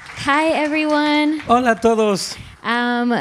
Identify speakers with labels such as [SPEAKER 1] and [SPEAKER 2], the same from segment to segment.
[SPEAKER 1] Hi, everyone.
[SPEAKER 2] Hola a todos.
[SPEAKER 1] Um,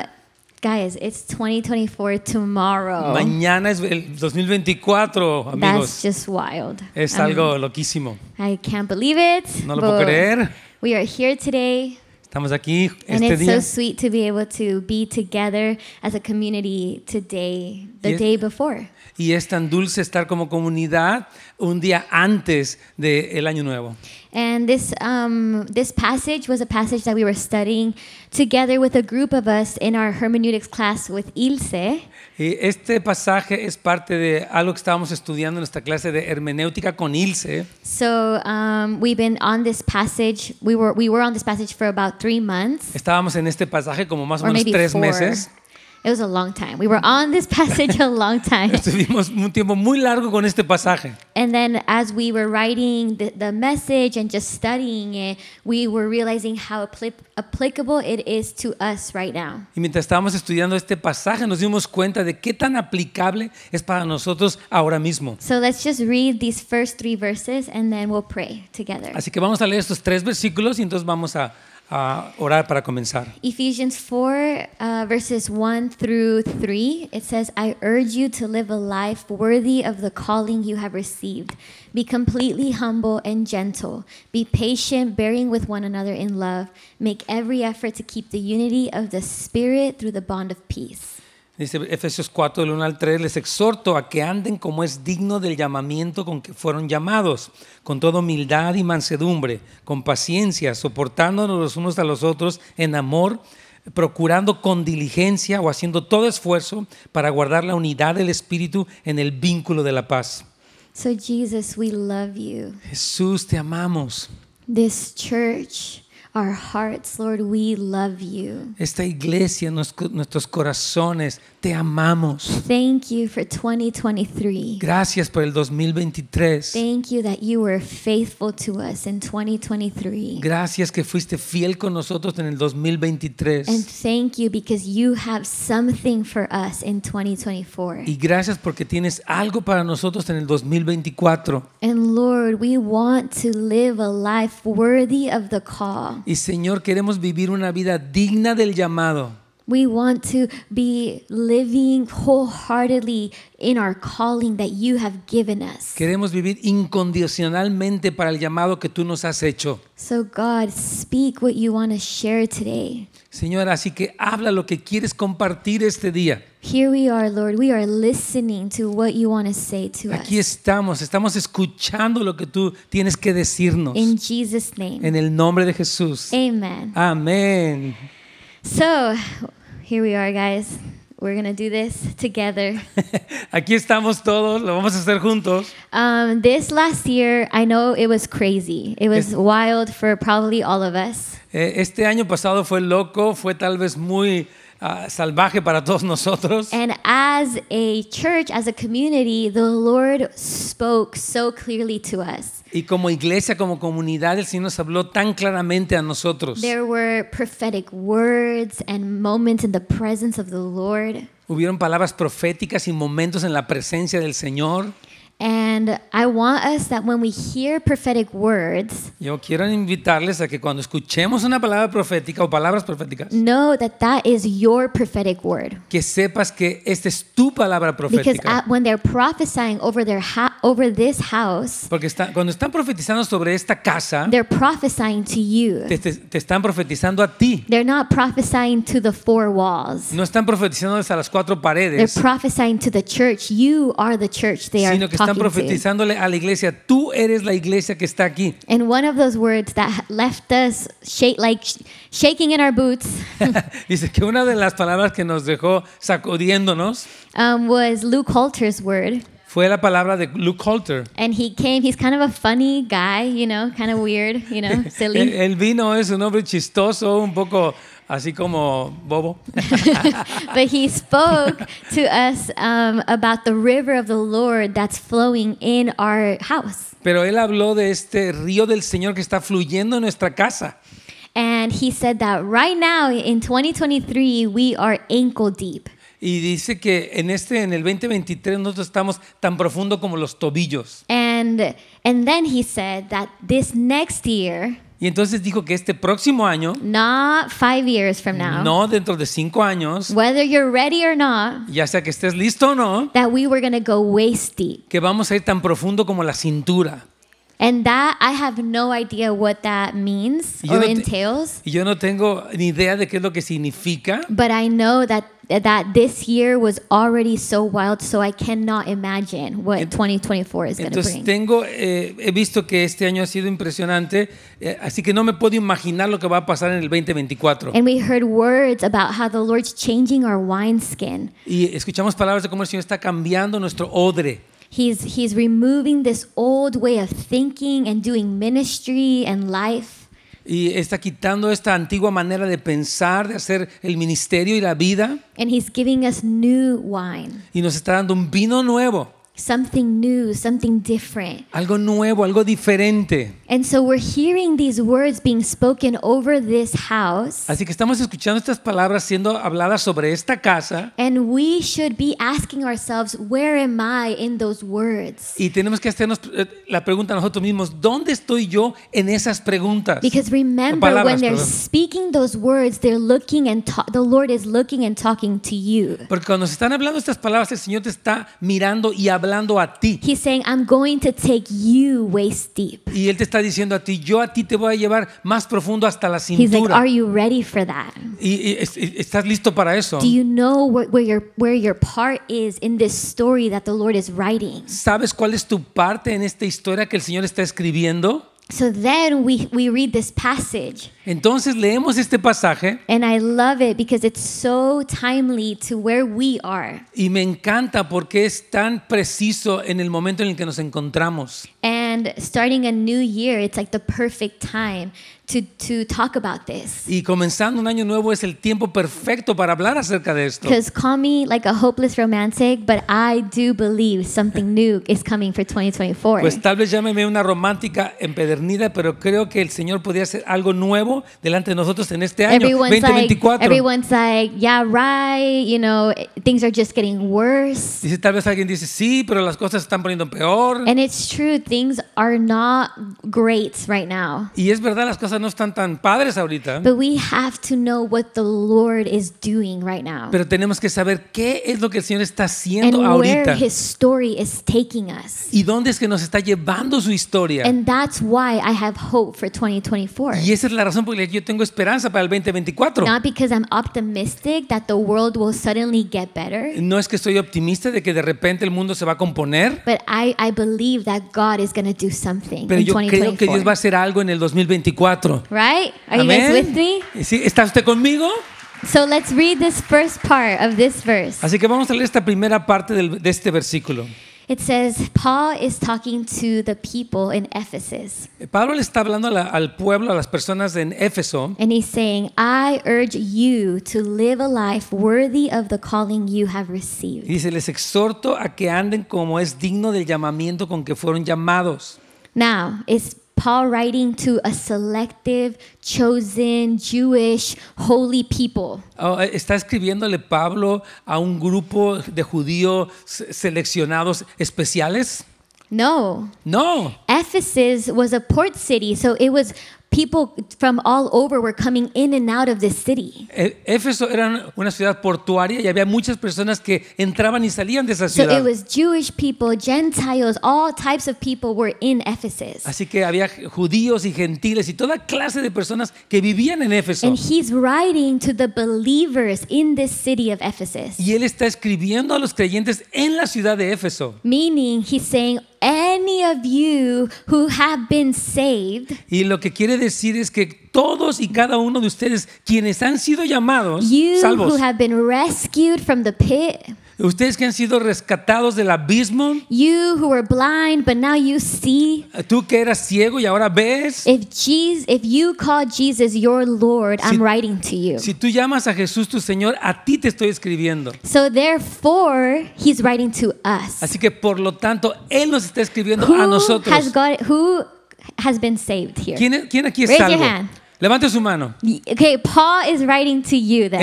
[SPEAKER 1] guys, it's 2024 tomorrow.
[SPEAKER 2] Mañana es el 2024,
[SPEAKER 1] That's
[SPEAKER 2] amigos.
[SPEAKER 1] just wild.
[SPEAKER 2] Es
[SPEAKER 1] Um,
[SPEAKER 2] algo loquísimo.
[SPEAKER 1] I can't believe it.
[SPEAKER 2] No lo puedo
[SPEAKER 1] but
[SPEAKER 2] creer.
[SPEAKER 1] We are here today,
[SPEAKER 2] Estamos aquí
[SPEAKER 1] and
[SPEAKER 2] este
[SPEAKER 1] it's
[SPEAKER 2] día.
[SPEAKER 1] so sweet to be able to be together as a community today, the
[SPEAKER 2] Y es-
[SPEAKER 1] day before.
[SPEAKER 2] Y es tan dulce estar como comunidad un día antes del año nuevo.
[SPEAKER 1] And this um, this passage was a passage that we were studying together with a group of us in our hermeneutics class with Ilse.
[SPEAKER 2] Y este pasaje es parte de algo que estábamos estudiando en nuestra clase de hermenéutica con Ilse.
[SPEAKER 1] So um, we've been on this passage. We were we were on this passage for about three months,
[SPEAKER 2] Estábamos en este pasaje como más o
[SPEAKER 1] or
[SPEAKER 2] menos
[SPEAKER 1] maybe
[SPEAKER 2] tres
[SPEAKER 1] four.
[SPEAKER 2] meses.
[SPEAKER 1] It was a long time. We were on this passage a long time.
[SPEAKER 2] Estuvimos un tiempo muy largo con este pasaje.
[SPEAKER 1] And then, as we were writing the, the message and just studying it, we were realizing how appli- applicable it is to us right now.
[SPEAKER 2] Y mientras estábamos estudiando este pasaje nos dimos cuenta de qué tan aplicable es para nosotros ahora mismo.
[SPEAKER 1] So let's just read these first three verses and then we'll pray together.
[SPEAKER 2] Así que vamos a leer estos tres versículos y entonces vamos a, a orar para comenzar.
[SPEAKER 1] Ephesians 4, uh, verses 1 through 3, it says, I urge you to live a life worthy of the calling you have received. Be completely humble and gentle. Be patient, bearing with one another in love. Make every effort to keep the unity of the Spirit through the bond of peace.
[SPEAKER 2] Dice Efesios 4, del 1 al 3, les exhorto a que anden como es digno del llamamiento con que fueron llamados, con toda humildad y mansedumbre, con paciencia, soportándonos los unos a los otros en amor, procurando con diligencia o haciendo todo esfuerzo para guardar la unidad del Espíritu en el vínculo de la paz.
[SPEAKER 1] So, Jesus, we love you.
[SPEAKER 2] Jesús, te amamos.
[SPEAKER 1] This church, our hearts, Lord, we love you.
[SPEAKER 2] Esta iglesia, nos- nuestros corazones, te amamos.
[SPEAKER 1] Thank you for 2023.
[SPEAKER 2] Gracias por el 2023.
[SPEAKER 1] Thank you that you were faithful to us in 2023.
[SPEAKER 2] Gracias que fuiste fiel con nosotros en el
[SPEAKER 1] And
[SPEAKER 2] 2023.
[SPEAKER 1] thank you because you have something for us in 2024.
[SPEAKER 2] Y gracias porque tienes algo para nosotros en el 2024.
[SPEAKER 1] And Lord, we want to live a life worthy of the call.
[SPEAKER 2] Y Señor, queremos vivir una vida digna del llamado.
[SPEAKER 1] We want to be living wholeheartedly in our calling that you have given us.
[SPEAKER 2] Queremos vivir incondicionalmente para el llamado que tú nos has hecho.
[SPEAKER 1] So, God, speak what you want to share today.
[SPEAKER 2] Señor, así que habla lo que quieres compartir este día.
[SPEAKER 1] Here we are, Lord. We are listening to what you want to say to
[SPEAKER 2] Aquí
[SPEAKER 1] us.
[SPEAKER 2] estamos, estamos escuchando lo que tú tienes que decirnos.
[SPEAKER 1] In Jesus' name.
[SPEAKER 2] En el nombre de Jesús.
[SPEAKER 1] Amen.
[SPEAKER 2] Amén.
[SPEAKER 1] So, here we are, guys. We're gonna do this together.
[SPEAKER 2] Aquí estamos todos, lo vamos a hacer juntos.
[SPEAKER 1] Um, this last year, I know it was crazy. It was
[SPEAKER 2] Es-
[SPEAKER 1] wild for probably all of us.
[SPEAKER 2] Eh, Este año pasado fue loco, fue tal vez muy ah, salvaje para todos nosotros.
[SPEAKER 1] And as a church, as a community, the Lord spoke so clearly to us.
[SPEAKER 2] Y como iglesia, como comunidad, el Señor nos habló tan claramente a nosotros.
[SPEAKER 1] There were prophetic words and moments in the presence of the Lord.
[SPEAKER 2] Hubieron palabras proféticas y momentos en la presencia del Señor.
[SPEAKER 1] And I want us that when we hear prophetic words,
[SPEAKER 2] Yo quiero invitarles a que cuando escuchemos una palabra profética o palabras proféticas,
[SPEAKER 1] know that that is your prophetic word.
[SPEAKER 2] que sepas que esta es tu palabra
[SPEAKER 1] Because
[SPEAKER 2] profética.
[SPEAKER 1] at, when they're prophesying over their ha- over this house,
[SPEAKER 2] Porque está- cuando están profetizando sobre esta casa,
[SPEAKER 1] they're prophesying to
[SPEAKER 2] te,
[SPEAKER 1] you.
[SPEAKER 2] te- te están profetizando a ti.
[SPEAKER 1] They're not prophesying to the four walls.
[SPEAKER 2] No están profetizando a las cuatro
[SPEAKER 1] They're
[SPEAKER 2] paredes,
[SPEAKER 1] prophesying to the church. You are the church they are
[SPEAKER 2] sino que
[SPEAKER 1] talking to.
[SPEAKER 2] están profetizándole a la iglesia. Tú eres la iglesia que está aquí.
[SPEAKER 1] And one of those words that ha- left us shake like sh- shaking in our boots
[SPEAKER 2] Dice que una de las palabras que nos dejó sacudiéndonos
[SPEAKER 1] um, was Luke Holter's word.
[SPEAKER 2] fue la palabra de Luke Holter.
[SPEAKER 1] And he came. He's kind of a funny guy, you know, kind of weird, you know,
[SPEAKER 2] Él,
[SPEAKER 1] silly.
[SPEAKER 2] él vino, es un hombre chistoso, un poco así como bobo.
[SPEAKER 1] but he spoke to us um, about the river of the Lord that's flowing in our house.
[SPEAKER 2] Pero él habló de este río del Señor que está fluyendo en nuestra casa.
[SPEAKER 1] And he said that right now in 2023, we are ankle deep.
[SPEAKER 2] Y dice que en este, en el 2023, nosotros estamos tan profundo como los tobillos.
[SPEAKER 1] And, and then he said that this next year,
[SPEAKER 2] Y entonces dijo que este próximo año,
[SPEAKER 1] not five years from now,
[SPEAKER 2] no dentro de cinco años,
[SPEAKER 1] whether you're ready or not,
[SPEAKER 2] ya sea que estés listo o no,
[SPEAKER 1] that we were going to go waist deep.
[SPEAKER 2] que vamos a ir tan profundo como la cintura.
[SPEAKER 1] And that, I have no idea what that means
[SPEAKER 2] Y
[SPEAKER 1] or
[SPEAKER 2] yo, no te-
[SPEAKER 1] entails,
[SPEAKER 2] y yo no tengo ni idea de qué es lo que significa,
[SPEAKER 1] but I know that that this year was already so wild, so I cannot imagine what 2024 is going to
[SPEAKER 2] Entonces
[SPEAKER 1] bring.
[SPEAKER 2] tengo, eh, he visto que este año ha sido impresionante, eh, así que no me puedo imaginar lo que va a pasar en el 2024.
[SPEAKER 1] And we heard words about how the Lord's changing our wineskin.
[SPEAKER 2] Y escuchamos palabras de cómo el Señor está cambiando nuestro odre.
[SPEAKER 1] He's he's removing this old way of thinking and doing ministry and life.
[SPEAKER 2] Y está quitando esta antigua manera de pensar, de hacer el ministerio y la vida.
[SPEAKER 1] And he's giving us new wine,
[SPEAKER 2] Y nos está dando un vino nuevo,
[SPEAKER 1] something new, something different.
[SPEAKER 2] algo nuevo, algo diferente.
[SPEAKER 1] And so we're hearing these words being spoken over this house.
[SPEAKER 2] Así que estamos escuchando estas palabras siendo habladas sobre esta casa.
[SPEAKER 1] And we should be asking ourselves, where am I in those words?
[SPEAKER 2] Y tenemos que hacernos eh, la pregunta a nosotros mismos, ¿dónde estoy yo en esas preguntas?
[SPEAKER 1] Because remember,
[SPEAKER 2] Palabras,
[SPEAKER 1] when they're
[SPEAKER 2] perdón.
[SPEAKER 1] speaking those words, they're looking and ta- the Lord is looking and talking to you.
[SPEAKER 2] Porque cuando se están hablando estas palabras, el Señor te está mirando y hablando a ti.
[SPEAKER 1] He's saying, I'm going to take you waist deep.
[SPEAKER 2] Y Él te está diciendo a ti, yo a ti te voy a llevar más profundo hasta la
[SPEAKER 1] He's like,
[SPEAKER 2] cintura.
[SPEAKER 1] Are you ready for that?
[SPEAKER 2] Y, y es- y- estás listo para eso.
[SPEAKER 1] Do you know where, where your where your part is in this story that the Lord is writing?
[SPEAKER 2] ¿Sabes cuál es tu parte en esta historia que el Señor está escribiendo?
[SPEAKER 1] So then we we read this passage,
[SPEAKER 2] Entonces leemos este pasaje
[SPEAKER 1] and I love it because it's so timely to where we are.
[SPEAKER 2] y me encanta porque es tan preciso en el momento en el que nos encontramos.
[SPEAKER 1] And starting a new year, it's like the perfect time to to talk about this.
[SPEAKER 2] Y comenzando un año nuevo es el tiempo perfecto para hablar acerca de esto.
[SPEAKER 1] Because call me like a hopeless romantic, but I do believe something new is coming for 2024.
[SPEAKER 2] Pues tal vez llámeme una romántica empedernida, pero creo que el Señor podría hacer algo nuevo delante de nosotros en este año
[SPEAKER 1] everyone's like
[SPEAKER 2] 2024.
[SPEAKER 1] everyone's like yeah right you know things are just getting worse
[SPEAKER 2] Dice, tal vez alguien dice, sí, pero las cosas se están poniendo peor.
[SPEAKER 1] and it's true things are not great right now
[SPEAKER 2] Y es verdad, las cosas no están tan padres ahorita,
[SPEAKER 1] but we have to know what the lord is doing right now
[SPEAKER 2] pero tenemos que saber qué es lo que el Señor está
[SPEAKER 1] and
[SPEAKER 2] haciendo
[SPEAKER 1] where
[SPEAKER 2] ahorita
[SPEAKER 1] his story is taking us
[SPEAKER 2] y dónde es que nos está llevando su historia.
[SPEAKER 1] and that's why i have hope for 2024
[SPEAKER 2] Y esa es la razón por la que yo tengo esperanza para el 2024.
[SPEAKER 1] not because i'm optimistic that the world will suddenly get better
[SPEAKER 2] No es que estoy optimista de que de repente el mundo se va a componer,
[SPEAKER 1] but I, I believe that God is going to do something
[SPEAKER 2] pero
[SPEAKER 1] in
[SPEAKER 2] yo creo que
[SPEAKER 1] 2024.
[SPEAKER 2] Dios va a hacer algo en el 2024.
[SPEAKER 1] right? Are you
[SPEAKER 2] Amén.
[SPEAKER 1] guys with me?
[SPEAKER 2] Sí, ¿Está usted conmigo?
[SPEAKER 1] So let's read this first part of this verse.
[SPEAKER 2] Así que vamos a leer esta primera parte del- de este versículo.
[SPEAKER 1] It says, Paul is talking to the people in Ephesus,
[SPEAKER 2] Eh, Pablo le está hablando a la- al pueblo, a las personas en Éfeso,
[SPEAKER 1] and he's saying, I urge you to live a life worthy of the calling you have
[SPEAKER 2] y
[SPEAKER 1] received.
[SPEAKER 2] dice, les exhorto a que anden como es digno del llamamiento con que fueron llamados.
[SPEAKER 1] Now, is Paul writing to a selective, chosen, Jewish, holy people?
[SPEAKER 2] Ah, eh, Está escribiéndole Pablo a un grupo de judíos se- seleccionados especiales.
[SPEAKER 1] No.
[SPEAKER 2] No,
[SPEAKER 1] Ephesus was a port city, so it was people from all over were coming in and out of this city.
[SPEAKER 2] Eh, Éfeso era una ciudad portuaria y había muchas personas que entraban y salían de esa
[SPEAKER 1] So it
[SPEAKER 2] ciudad.
[SPEAKER 1] was Jewish people, Gentiles, all types of people were in Ephesus.
[SPEAKER 2] Así que había judíos y gentiles y toda clase de personas que vivían en Éfeso.
[SPEAKER 1] And he's writing to the believers in this city of Ephesus,
[SPEAKER 2] Y él está escribiendo a los creyentes en la ciudad de Éfeso.
[SPEAKER 1] meaning he's saying, any of you who have been saved,
[SPEAKER 2] Y lo que quiere decir es que todos y cada uno de ustedes, quienes han sido llamados,
[SPEAKER 1] you who
[SPEAKER 2] salvos,
[SPEAKER 1] have been rescued from the pit,
[SPEAKER 2] ustedes que han sido rescatados del abismo,
[SPEAKER 1] you who were blind but now you see,
[SPEAKER 2] tú que eras ciego y ahora ves,
[SPEAKER 1] if Jesus, if you call Jesus your Lord,
[SPEAKER 2] Si-
[SPEAKER 1] I'm writing to you.
[SPEAKER 2] si tú llamas a Jesús tu Señor, a ti te estoy escribiendo.
[SPEAKER 1] So therefore, he's writing to us.
[SPEAKER 2] Así que por lo tanto, Él nos está escribiendo a
[SPEAKER 1] Who has
[SPEAKER 2] nosotros.
[SPEAKER 1] got who has been saved here?
[SPEAKER 2] ¿Quién, quién aquí es
[SPEAKER 1] Raise your
[SPEAKER 2] salvo?
[SPEAKER 1] hand.
[SPEAKER 2] Levante su mano.
[SPEAKER 1] Okay, Paul is writing to you then.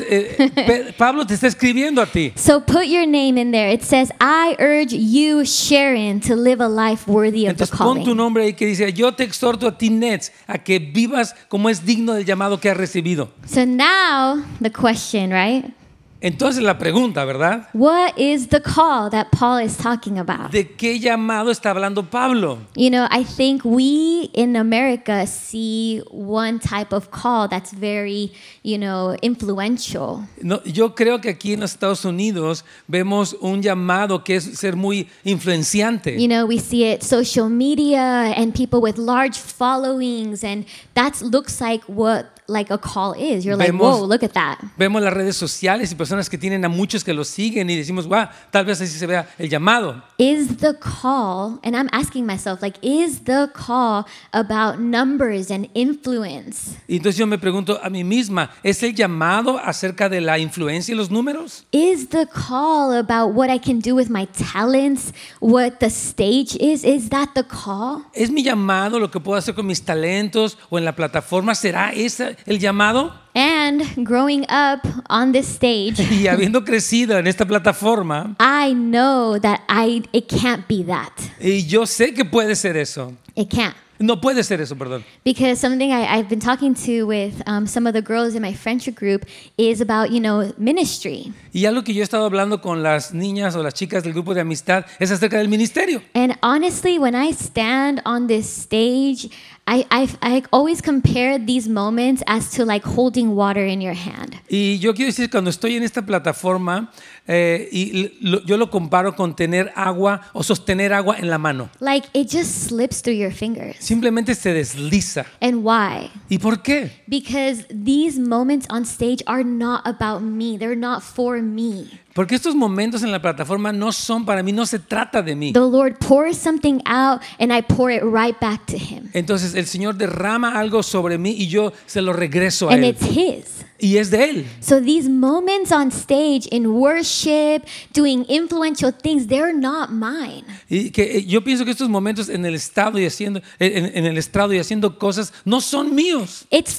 [SPEAKER 2] eh, Pe- Pablo te está escribiendo a ti.
[SPEAKER 1] So put your name in there. It says, I urge you, Sharon, to live a life worthy of the
[SPEAKER 2] Entonces pon tu
[SPEAKER 1] calling.
[SPEAKER 2] nombre ahí que dice, yo te exhorto a ti, Nets, a que vivas como es digno del llamado que has recibido.
[SPEAKER 1] So now the question, right?
[SPEAKER 2] Entonces la pregunta, ¿verdad?
[SPEAKER 1] What is the call that Paul is talking about?
[SPEAKER 2] ¿De qué llamado está hablando Pablo?
[SPEAKER 1] You know, I think we in America see one type of call that's very, you know, influential.
[SPEAKER 2] No, yo creo que aquí en los Estados Unidos vemos un llamado que es ser muy influenciante.
[SPEAKER 1] You know, we see it social media and people with large followings, and that looks like what like a call is. You're like,
[SPEAKER 2] Vemos-
[SPEAKER 1] whoa, look at that.
[SPEAKER 2] Vemos las redes sociales y personas que tienen a muchos que los siguen y decimos, guau, tal vez así se vea el llamado.
[SPEAKER 1] Is the call, and I'm asking myself, like, is the call about numbers and influence?
[SPEAKER 2] Y entonces yo me pregunto a mí misma, ¿es el llamado acerca de la influencia y los números?
[SPEAKER 1] Is the call about what I can do with my talents, what the stage is? Is that the call?
[SPEAKER 2] ¿Es mi llamado lo que puedo hacer con mis talentos o en la plataforma? ¿Será ese el llamado?
[SPEAKER 1] And growing up on this stage,
[SPEAKER 2] Y habiendo crecido en esta plataforma,
[SPEAKER 1] I know that I it can't be that.
[SPEAKER 2] y yo sé que puede ser eso.
[SPEAKER 1] It can't.
[SPEAKER 2] No puede ser eso, perdón.
[SPEAKER 1] Because something I, I've been talking to with um, some of the girls in my friendship group is about, you know, ministry.
[SPEAKER 2] Y algo que yo he estado hablando con las niñas o las chicas del grupo de amistad es acerca del ministerio.
[SPEAKER 1] And honestly, when I stand on this stage, I, I, I always compare these moments as to like holding water in your hand.
[SPEAKER 2] Y yo quiero decir, cuando estoy en esta plataforma, eh, y lo- yo lo comparo con tener agua o sostener agua en la mano.
[SPEAKER 1] Like it just slips through your fingers.
[SPEAKER 2] Simplemente se desliza.
[SPEAKER 1] And why?
[SPEAKER 2] ¿Y por qué?
[SPEAKER 1] Because these moments on stage are not about me, they're not for me.
[SPEAKER 2] Porque estos momentos en la plataforma no son para mí, no se trata de mí.
[SPEAKER 1] The Lord pours something out, and I pour it right back to Him.
[SPEAKER 2] Entonces el Señor derrama algo sobre mí y yo se lo regreso a
[SPEAKER 1] And
[SPEAKER 2] Él.
[SPEAKER 1] it's His.
[SPEAKER 2] Y es de Él.
[SPEAKER 1] So these moments on stage in worship, doing influential things, they're not mine.
[SPEAKER 2] Y que eh, yo pienso que estos momentos en el estado y haciendo, en, en el estrado y haciendo cosas no son míos.
[SPEAKER 1] It's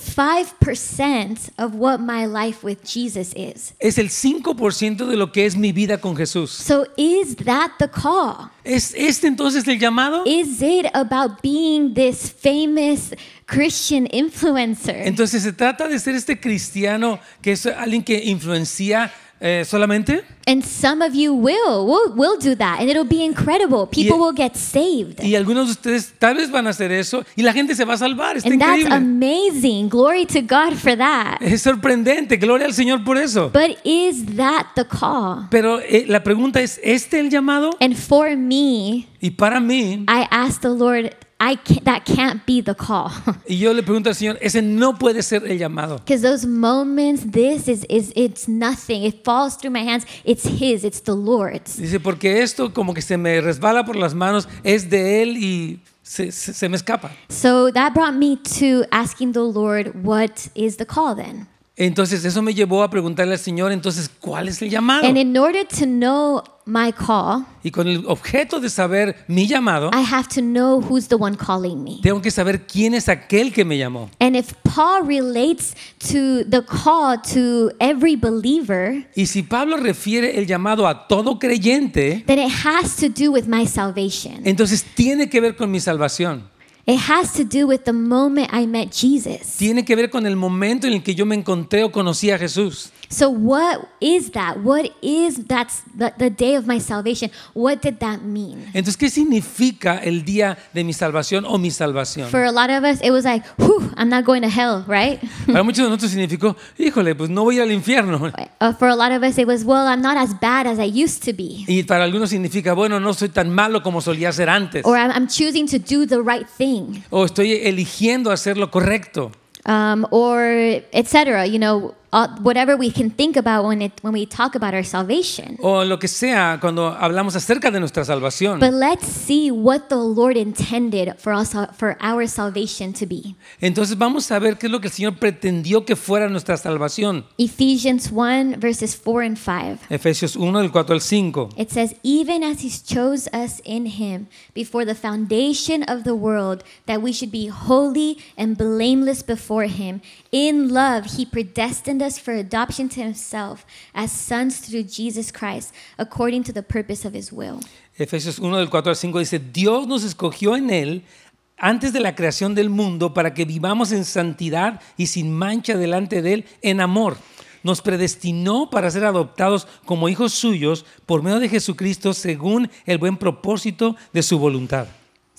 [SPEAKER 1] 5% of what my life with Jesus is.
[SPEAKER 2] Es el 5% de lo que es mi vida con Jesús.
[SPEAKER 1] So is that the call?
[SPEAKER 2] ¿Es este entonces el llamado?
[SPEAKER 1] Is it about being this famous Christian influencer?
[SPEAKER 2] Entonces, ¿se trata de ser este cristiano que es alguien que influencia eh, solamente?
[SPEAKER 1] And some of you will, will, will do that, and it'll be incredible. People will get saved.
[SPEAKER 2] Y algunos de ustedes tal vez van a hacer eso y la gente se va a salvar. Está
[SPEAKER 1] And that's
[SPEAKER 2] increíble.
[SPEAKER 1] amazing. Glory to God for that.
[SPEAKER 2] Es sorprendente. Gloria al Señor por eso.
[SPEAKER 1] But is that the call?
[SPEAKER 2] Pero eh, la pregunta es, ¿este el llamado?
[SPEAKER 1] And for me,
[SPEAKER 2] Y para mí,
[SPEAKER 1] I asked the Lord, I can't, that can't be the call.
[SPEAKER 2] y yo le pregunto al Señor, ese no puede ser el llamado.
[SPEAKER 1] Because those moments, this is, is it's nothing. It falls through my hands. It's His, it's the Lord's.
[SPEAKER 2] Dice, porque esto como que se me resbala por las manos, es de Él y se, se- se me escapa.
[SPEAKER 1] So that brought me to asking the Lord, what is the call then?
[SPEAKER 2] Entonces eso me llevó a preguntarle al Señor, entonces, ¿cuál es el llamado?
[SPEAKER 1] And in order to know my call,
[SPEAKER 2] Y con el objeto de saber mi llamado,
[SPEAKER 1] I have to know who's the one calling me.
[SPEAKER 2] tengo que saber quién es aquel que me llamó.
[SPEAKER 1] And if Paul relates to the call to every believer,
[SPEAKER 2] Y si Pablo refiere el llamado a todo creyente,
[SPEAKER 1] then it has to do with my salvation.
[SPEAKER 2] entonces tiene que ver con mi salvación.
[SPEAKER 1] It has to do with the moment I met Jesus.
[SPEAKER 2] Tiene que ver con el momento en el que yo me encontré o conocí a Jesús.
[SPEAKER 1] So what is that? What is that's the, the day of my salvation? What did that mean?
[SPEAKER 2] Entonces, ¿qué significa el día de mi salvación o mi salvación?
[SPEAKER 1] For a lot of us, it was like, whew, I'm not going to hell, right?
[SPEAKER 2] Para muchos de nosotros significó, híjole, pues no voy al infierno.
[SPEAKER 1] Uh, for a lot of us, it was, well, I'm not as bad as I used to be.
[SPEAKER 2] Y para algunos significa, bueno, no soy tan malo como solía ser antes.
[SPEAKER 1] Or I'm, I'm choosing to do the right thing.
[SPEAKER 2] O estoy eligiendo hacer lo correcto.
[SPEAKER 1] Um, or etc. You know, all, whatever we can think about when, it, when we talk about our salvation.
[SPEAKER 2] o lo que sea cuando hablamos acerca de nuestra salvación.
[SPEAKER 1] But let's see what the Lord intended for us for our salvation to be.
[SPEAKER 2] Entonces vamos a ver qué es lo que el Señor pretendió que fuera nuestra salvación.
[SPEAKER 1] Ephesians 1 verses 4 and 5.
[SPEAKER 2] Efesios 1 del 4 al 5.
[SPEAKER 1] It says, even as he chose us in him before the foundation of the world, that we should be holy and blameless before him. In love, he predestined us for adoption to himself as sons through Jesus Christ, according to the purpose of his will.
[SPEAKER 2] Efesios 1 del 4 al 5 dice, Dios nos escogió en Él antes de la creación del mundo para que vivamos en santidad y sin mancha delante de Él en amor. Nos predestinó para ser adoptados como hijos suyos por medio de Jesucristo según el buen propósito de su voluntad.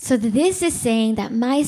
[SPEAKER 1] So this is saying that my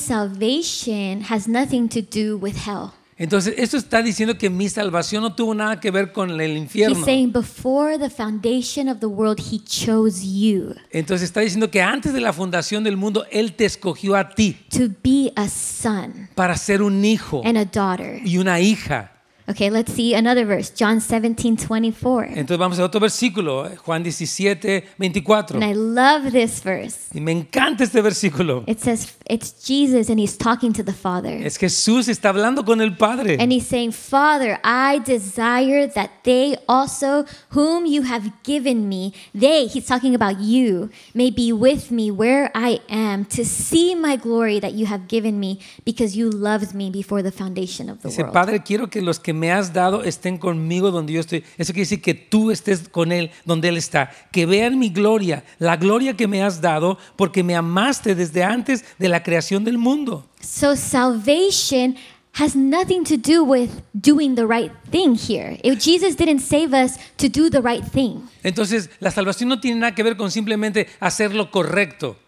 [SPEAKER 1] salvation has nothing to do with hell.
[SPEAKER 2] Entonces, esto está diciendo que mi salvación no tuvo nada que ver con el infierno.
[SPEAKER 1] He's saying before the foundation of the world, he chose you
[SPEAKER 2] Entonces está diciendo que antes de la fundación del mundo, Él te escogió a ti
[SPEAKER 1] to be a son
[SPEAKER 2] para ser un hijo
[SPEAKER 1] and a daughter.
[SPEAKER 2] y una hija.
[SPEAKER 1] Okay, let's see another verse, John 17, 24.
[SPEAKER 2] Entonces vamos a otro versículo, eh, Juan 17, 24.
[SPEAKER 1] And I love this verse.
[SPEAKER 2] Y me encanta este versículo.
[SPEAKER 1] It says, it's Jesus and he's talking to the Father.
[SPEAKER 2] Es Jesús está hablando con el Padre
[SPEAKER 1] And he's saying, Father, I desire that they also, whom you have given me, they, he's talking about you, may be with me where I am to see my glory that you have given me because you loved me before the foundation of the
[SPEAKER 2] dice,
[SPEAKER 1] world.
[SPEAKER 2] Padre, quiero que los que me has dado estén conmigo donde yo estoy. Eso quiere decir que tú estés con Él donde Él está. Que vean mi gloria, la gloria que me has dado, porque me amaste desde antes de la creación del mundo.
[SPEAKER 1] So salvation has nothing to do with doing the right thing here. If Jesus didn't save us to do the right thing.
[SPEAKER 2] Entonces, la salvación no tiene nada que ver con simplemente hacer lo correcto.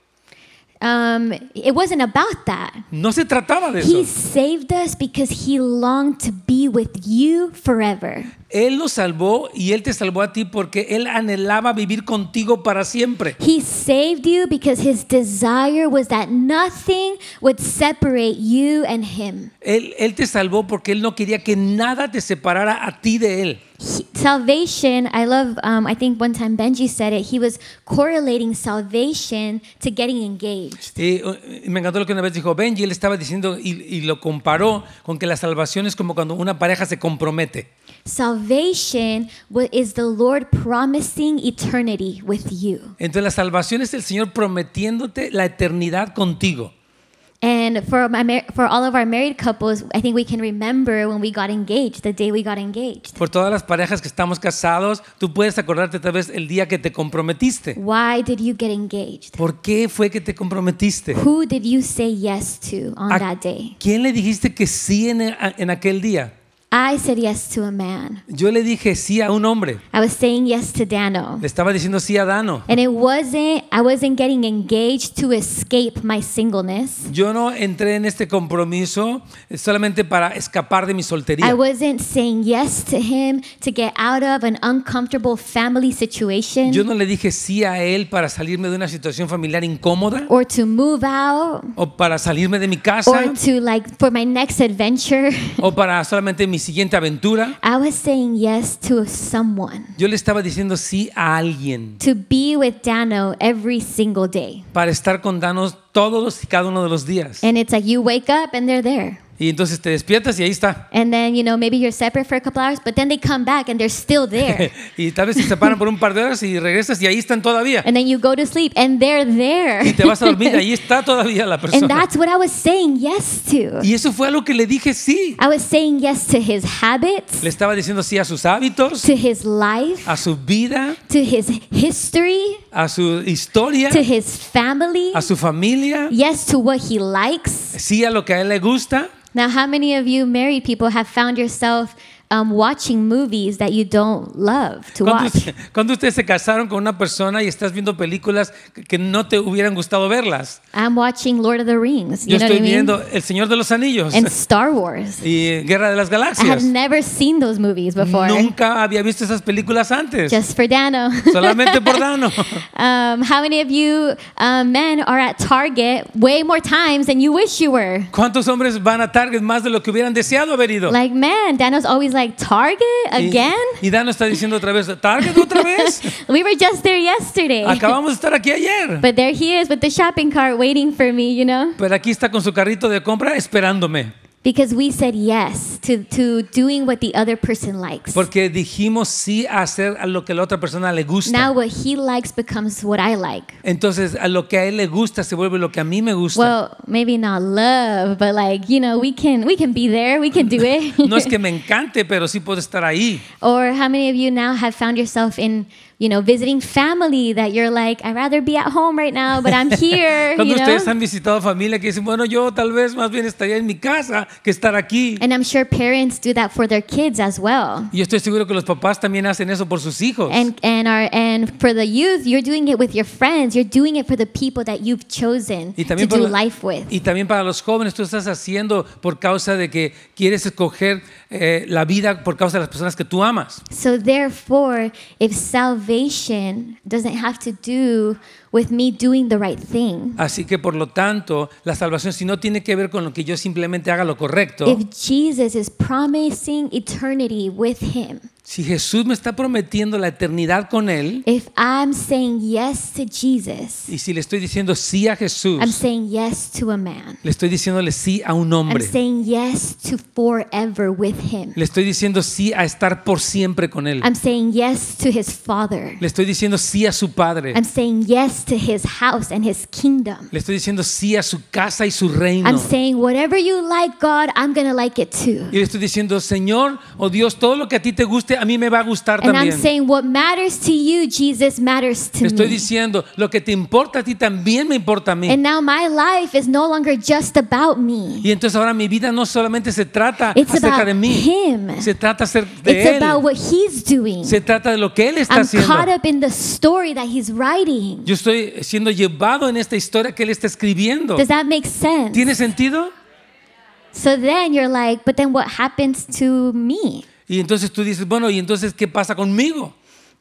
[SPEAKER 1] Um, it wasn't about that.
[SPEAKER 2] No se trataba de
[SPEAKER 1] He
[SPEAKER 2] eso.
[SPEAKER 1] saved us because he longed to be with you forever.
[SPEAKER 2] Él nos salvó y Él te salvó a ti porque Él anhelaba vivir contigo para siempre.
[SPEAKER 1] He saved you because his desire was that nothing would separate you and him.
[SPEAKER 2] Él, Él te salvó porque Él no quería que nada te separara a ti de Él.
[SPEAKER 1] He- salvation, I love, um, I think one time Benji said it, he was correlating salvation to getting engaged.
[SPEAKER 2] Y, eh, me encantó lo que una vez dijo Benji, él estaba diciendo y, y lo comparó con que la salvación es como cuando una pareja se compromete.
[SPEAKER 1] Salvation wa- is the Lord promising eternity with you.
[SPEAKER 2] Entonces la salvación es el Señor prometiéndote la eternidad contigo.
[SPEAKER 1] And for my mar- for all of our married couples, I think we can remember when we got engaged, the day we got engaged.
[SPEAKER 2] Por todas las parejas que estamos casados, tú puedes acordarte tal vez el día que te comprometiste.
[SPEAKER 1] Why did you get engaged?
[SPEAKER 2] ¿Por qué fue que te comprometiste?
[SPEAKER 1] Who did you say yes to on
[SPEAKER 2] ¿A
[SPEAKER 1] that day?
[SPEAKER 2] ¿Quién le dijiste que sí en, e, en aquel día?
[SPEAKER 1] I said yes to a man.
[SPEAKER 2] Yo le dije sí a un hombre.
[SPEAKER 1] I was saying yes to Dano.
[SPEAKER 2] Le estaba diciendo sí a Dano.
[SPEAKER 1] And it wasn't I wasn't getting engaged to escape my singleness.
[SPEAKER 2] Yo no entré en este compromiso solamente para escapar de mi
[SPEAKER 1] I
[SPEAKER 2] soltería.
[SPEAKER 1] wasn't saying yes to him to get out of an uncomfortable family situation.
[SPEAKER 2] Yo no le dije sí a él para salirme de una situación familiar incómoda
[SPEAKER 1] or to move out
[SPEAKER 2] o para salirme de mi casa
[SPEAKER 1] or to like for my next adventure.
[SPEAKER 2] o para solamente mi siguiente aventura.
[SPEAKER 1] I was saying yes to someone
[SPEAKER 2] Yo le estaba diciendo sí a alguien
[SPEAKER 1] to be with Dano every single day.
[SPEAKER 2] para estar con Danos todos los- y cada uno de los días.
[SPEAKER 1] And it's like you wake up and they're there.
[SPEAKER 2] Y entonces te despiertas y ahí está.
[SPEAKER 1] And then, you know, maybe you're separate for a couple hours, but then they come back and they're still there.
[SPEAKER 2] Y tal vez se separan por un par de horas y regresas y ahí están todavía.
[SPEAKER 1] and then you go to sleep and they're there.
[SPEAKER 2] Y te vas a dormir y ahí está todavía la
[SPEAKER 1] and
[SPEAKER 2] persona.
[SPEAKER 1] that's what I was saying yes to.
[SPEAKER 2] Y eso fue algo que le dije sí.
[SPEAKER 1] I was saying yes to his habits,
[SPEAKER 2] Le estaba diciendo sí a sus hábitos,
[SPEAKER 1] to his life,
[SPEAKER 2] a su vida,
[SPEAKER 1] to his history,
[SPEAKER 2] a su historia,
[SPEAKER 1] to his family.
[SPEAKER 2] a su familia,
[SPEAKER 1] yes to what he likes.
[SPEAKER 2] sí a lo que a él le gusta.
[SPEAKER 1] Now, how many of you married people have found yourself um, watching movies that you don't love to
[SPEAKER 2] Cuando
[SPEAKER 1] watch?
[SPEAKER 2] ustedes se casaron con una persona y estás viendo películas que- que no te hubieran gustado verlas?
[SPEAKER 1] I'm watching Lord of the Rings,
[SPEAKER 2] Yo
[SPEAKER 1] you know what
[SPEAKER 2] estoy
[SPEAKER 1] I mean?
[SPEAKER 2] viendo El Señor de los Anillos
[SPEAKER 1] And Star Wars.
[SPEAKER 2] y Guerra de las
[SPEAKER 1] I have
[SPEAKER 2] Galaxias.
[SPEAKER 1] never seen those movies before.
[SPEAKER 2] Nunca había visto esas películas antes,
[SPEAKER 1] Just for Dano.
[SPEAKER 2] solamente por Dano.
[SPEAKER 1] um, how many of you uh, men are at Target way more times than you wish you were?
[SPEAKER 2] ¿Cuántos hombres van a Target más de lo que hubieran deseado haber ido?
[SPEAKER 1] Like, man, Dano's always like, Target
[SPEAKER 2] Y-
[SPEAKER 1] again?
[SPEAKER 2] Y Dan está diciendo otra vez, Target otra vez.
[SPEAKER 1] We were just there yesterday.
[SPEAKER 2] Acabamos de estar aquí ayer.
[SPEAKER 1] But there he is with the shopping cart waiting for me, you know?
[SPEAKER 2] Pero aquí está con su carrito de compra esperándome.
[SPEAKER 1] Because we said yes to, to doing what the other person likes.
[SPEAKER 2] Porque dijimos sí a hacer a lo que la otra persona le
[SPEAKER 1] Now
[SPEAKER 2] gusta.
[SPEAKER 1] what he likes becomes what I like.
[SPEAKER 2] Entonces, a lo que a él le gusta se vuelve lo que a mí me gusta.
[SPEAKER 1] Well, maybe not love, but like, you know, we can we can be there, we can do it.
[SPEAKER 2] No es que me encante, pero sí puedo estar ahí.
[SPEAKER 1] or how many of you now have found yourself in, you know, visiting family that you're like, I'd rather be at home right now, but I'm here,
[SPEAKER 2] Cuando
[SPEAKER 1] you
[SPEAKER 2] ustedes
[SPEAKER 1] know?
[SPEAKER 2] han visitado familia que dicen, bueno, yo tal vez más bien estaría en mi casa que estar aquí.
[SPEAKER 1] And I'm sure parents do that for their kids as well.
[SPEAKER 2] Y yo estoy seguro que los papás también hacen eso por sus hijos.
[SPEAKER 1] And and our and for the youth, you're doing it with your friends. You're doing it for the people that you've chosen
[SPEAKER 2] Y
[SPEAKER 1] to
[SPEAKER 2] también,
[SPEAKER 1] do
[SPEAKER 2] para,
[SPEAKER 1] life with.
[SPEAKER 2] y también para los jóvenes, tú estás haciendo por causa de que quieres escoger eh, la vida por causa de las personas que tú amas.
[SPEAKER 1] So therefore, if salvation doesn't have to do with me doing the right thing,
[SPEAKER 2] Así que por lo tanto, la salvación si no tiene que ver con lo que yo simplemente haga lo correcto,
[SPEAKER 1] if Jesus is promising eternity with him,
[SPEAKER 2] si Jesús me está prometiendo la eternidad con Él
[SPEAKER 1] if I'm saying yes to Jesus,
[SPEAKER 2] y si le estoy diciendo sí a
[SPEAKER 1] I'm
[SPEAKER 2] Jesús,
[SPEAKER 1] saying yes to a man.
[SPEAKER 2] le estoy diciéndole sí a un
[SPEAKER 1] I'm
[SPEAKER 2] hombre,
[SPEAKER 1] saying yes to forever with him.
[SPEAKER 2] le estoy diciendo sí a estar por siempre con Él,
[SPEAKER 1] I'm saying yes to his father.
[SPEAKER 2] le estoy diciendo sí a su Padre,
[SPEAKER 1] I'm saying yes to his house and his kingdom.
[SPEAKER 2] le estoy diciendo sí a su casa y su reino.
[SPEAKER 1] I'm saying whatever you like, God, I'm going to like it too.
[SPEAKER 2] Y le estoy diciendo, Señor o Dios, todo lo que a ti te guste, a mí me va a gustar
[SPEAKER 1] And I'm
[SPEAKER 2] también. Le
[SPEAKER 1] saying what matters to you, Jesus, matters to
[SPEAKER 2] estoy
[SPEAKER 1] me.
[SPEAKER 2] diciendo, lo que te importa a ti también me importa a mí.
[SPEAKER 1] And now my life is no longer just about me.
[SPEAKER 2] Y entonces ahora mi vida no solamente se trata
[SPEAKER 1] It's
[SPEAKER 2] acerca
[SPEAKER 1] about
[SPEAKER 2] de mí,
[SPEAKER 1] him.
[SPEAKER 2] se trata acer-
[SPEAKER 1] It's
[SPEAKER 2] de Él,
[SPEAKER 1] about what he's doing.
[SPEAKER 2] se trata de lo que Él está
[SPEAKER 1] I'm caught
[SPEAKER 2] haciendo.
[SPEAKER 1] up in the story that he's writing.
[SPEAKER 2] Yo estoy siendo llevado en esta historia que Él está escribiendo.
[SPEAKER 1] Does that make sense?
[SPEAKER 2] ¿Tiene sentido?
[SPEAKER 1] So then you're like, but then what happens to me?
[SPEAKER 2] Y entonces tú dices, bueno, ¿y entonces qué pasa conmigo?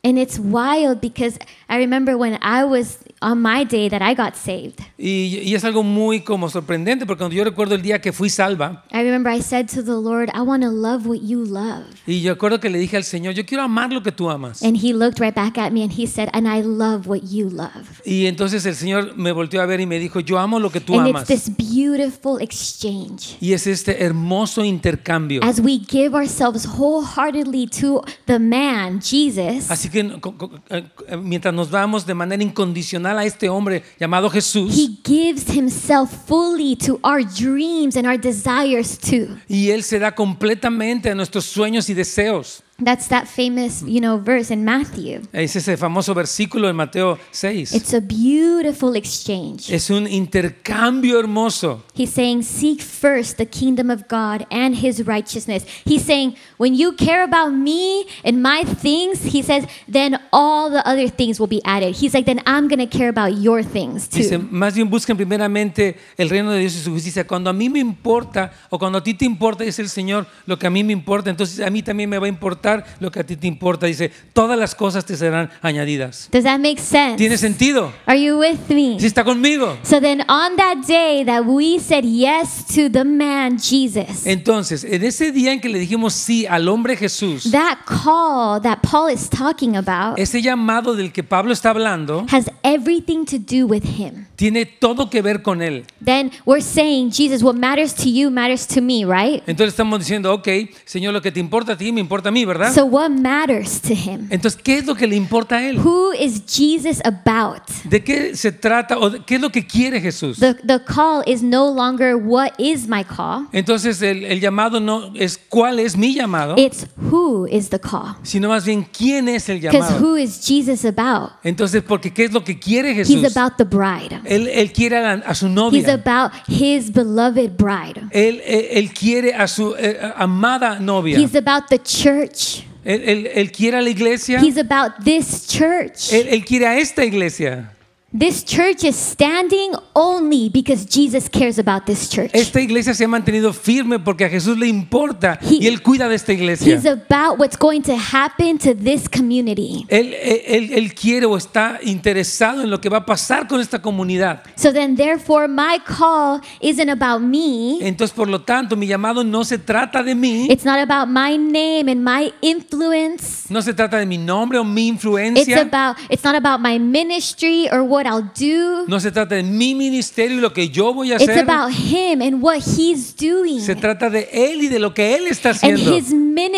[SPEAKER 1] And it's wild because I remember when I was on my day that I got saved.
[SPEAKER 2] Y, y es algo muy como sorprendente, porque cuando yo recuerdo el día que fui salva,
[SPEAKER 1] I remember I said to the Lord, I want to love what you love.
[SPEAKER 2] y yo recuerdo que le dije al Señor, yo quiero amar lo que tú amas.
[SPEAKER 1] And he looked right back at me and he said, And I love what you love.
[SPEAKER 2] Y entonces el Señor me volteó a ver y me dijo, yo amo lo que tú
[SPEAKER 1] And
[SPEAKER 2] amas.
[SPEAKER 1] it's this beautiful exchange.
[SPEAKER 2] Y es este hermoso intercambio.
[SPEAKER 1] As we give ourselves wholeheartedly to the man, Jesus,
[SPEAKER 2] Así que co- co- eh, eh, mientras nos vamos de manera incondicional a este hombre llamado Jesús,
[SPEAKER 1] he gives himself fully to our dreams and our desires too.
[SPEAKER 2] y Él se da completamente a nuestros sueños y deseos.
[SPEAKER 1] That's that famous, you know, verse in Matthew.
[SPEAKER 2] Es ese famoso versículo de Mateo 6.
[SPEAKER 1] It's a beautiful exchange.
[SPEAKER 2] Es un intercambio hermoso.
[SPEAKER 1] He's saying, Seek first the kingdom of God and his righteousness. He's saying, When you care about me and my things, he says, then all the other things will be added. He's like, Then I'm going to care about your things
[SPEAKER 2] Dice,
[SPEAKER 1] too.
[SPEAKER 2] más bien busquen primeramente el reino de Dios y su justicia. Cuando a mí me importa, o cuando a ti te importa, dice el Señor, lo que a mí me importa, entonces a mí también me va a importar lo que a ti te importa. Dice, todas las cosas te serán añadidas.
[SPEAKER 1] Does that make sense?
[SPEAKER 2] ¿Tiene sentido?
[SPEAKER 1] Are you with me?
[SPEAKER 2] ¿Sí está conmigo?
[SPEAKER 1] So then, on that day that we said yes to the man Jesus,
[SPEAKER 2] Entonces, en ese día en que le dijimos sí al hombre Jesús,
[SPEAKER 1] that call that Paul is talking about
[SPEAKER 2] ese llamado del que Pablo está hablando,
[SPEAKER 1] has everything to do with him.
[SPEAKER 2] tiene todo que ver con él.
[SPEAKER 1] Then we're saying, Jesus, what matters to you matters to me, right?
[SPEAKER 2] Entonces estamos diciendo, ok, Señor, lo que te importa a ti me importa a mí, ¿verdad?
[SPEAKER 1] So, what matters to him?
[SPEAKER 2] Entonces, ¿qué es lo que le importa a él?
[SPEAKER 1] Who is Jesus about?
[SPEAKER 2] ¿De qué se trata o de- qué es lo que quiere Jesús?
[SPEAKER 1] The, the call is no longer what is my call,
[SPEAKER 2] Entonces el, el llamado no es cuál es mi llamado,
[SPEAKER 1] it's who is the call.
[SPEAKER 2] sino más bien quién es el
[SPEAKER 1] Because
[SPEAKER 2] llamado.
[SPEAKER 1] who is Jesus about?
[SPEAKER 2] Entonces, porque qué es lo que quiere Jesús.
[SPEAKER 1] He's about the bride.
[SPEAKER 2] Él, él quiere a, la- a su
[SPEAKER 1] He's
[SPEAKER 2] novia.
[SPEAKER 1] about his beloved bride.
[SPEAKER 2] Él, él- él quiere a su eh, a- amada novia.
[SPEAKER 1] He's about the church.
[SPEAKER 2] Él, él- él quiere a la iglesia.
[SPEAKER 1] He's about this church.
[SPEAKER 2] Él, él quiere a esta iglesia.
[SPEAKER 1] This church is standing only because Jesus cares about this church.
[SPEAKER 2] Esta iglesia se ha mantenido firme porque a Jesús le importa
[SPEAKER 1] He-
[SPEAKER 2] y Él cuida de esta iglesia.
[SPEAKER 1] He's about what's going to happen to this community.
[SPEAKER 2] Él, él- él- él quiere o está interesado en lo que va a pasar con esta comunidad.
[SPEAKER 1] So then, therefore, my call isn't about me.
[SPEAKER 2] Entonces, por lo tanto, mi llamado no se trata de mí,
[SPEAKER 1] It's not about my name and my influence.
[SPEAKER 2] no se trata de mi nombre o mi
[SPEAKER 1] It's
[SPEAKER 2] influencia,
[SPEAKER 1] about it's not about my ministry or what I'll do.
[SPEAKER 2] no se trata de mi ministerio y lo que yo voy a
[SPEAKER 1] It's
[SPEAKER 2] hacer,
[SPEAKER 1] about him and what he's doing
[SPEAKER 2] se trata de Él y de lo que Él está
[SPEAKER 1] and
[SPEAKER 2] haciendo
[SPEAKER 1] his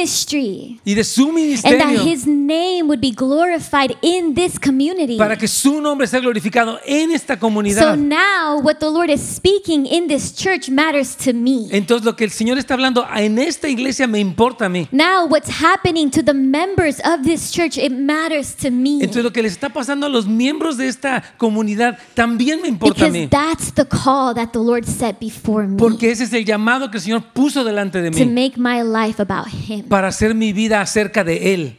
[SPEAKER 1] ministry.
[SPEAKER 2] y de su
[SPEAKER 1] And that
[SPEAKER 2] ministerio
[SPEAKER 1] his name would be glorified in this community.
[SPEAKER 2] para que su nombre sea glorificado en esta
[SPEAKER 1] So
[SPEAKER 2] comunidad.
[SPEAKER 1] now, what the Lord is speaking in this church matters to me.
[SPEAKER 2] Entonces, lo que el Señor está hablando en esta iglesia me importa a mí.
[SPEAKER 1] Now, what's happening to the members of this church, it matters to me.
[SPEAKER 2] Entonces, lo que les está pasando a los miembros de esta comunidad también me importa a mí.
[SPEAKER 1] Because that's the call that the Lord set before me
[SPEAKER 2] Porque ese es el llamado que el Señor puso delante de
[SPEAKER 1] to
[SPEAKER 2] mí
[SPEAKER 1] make my life about Him.
[SPEAKER 2] para hacer mi vida acerca de Él.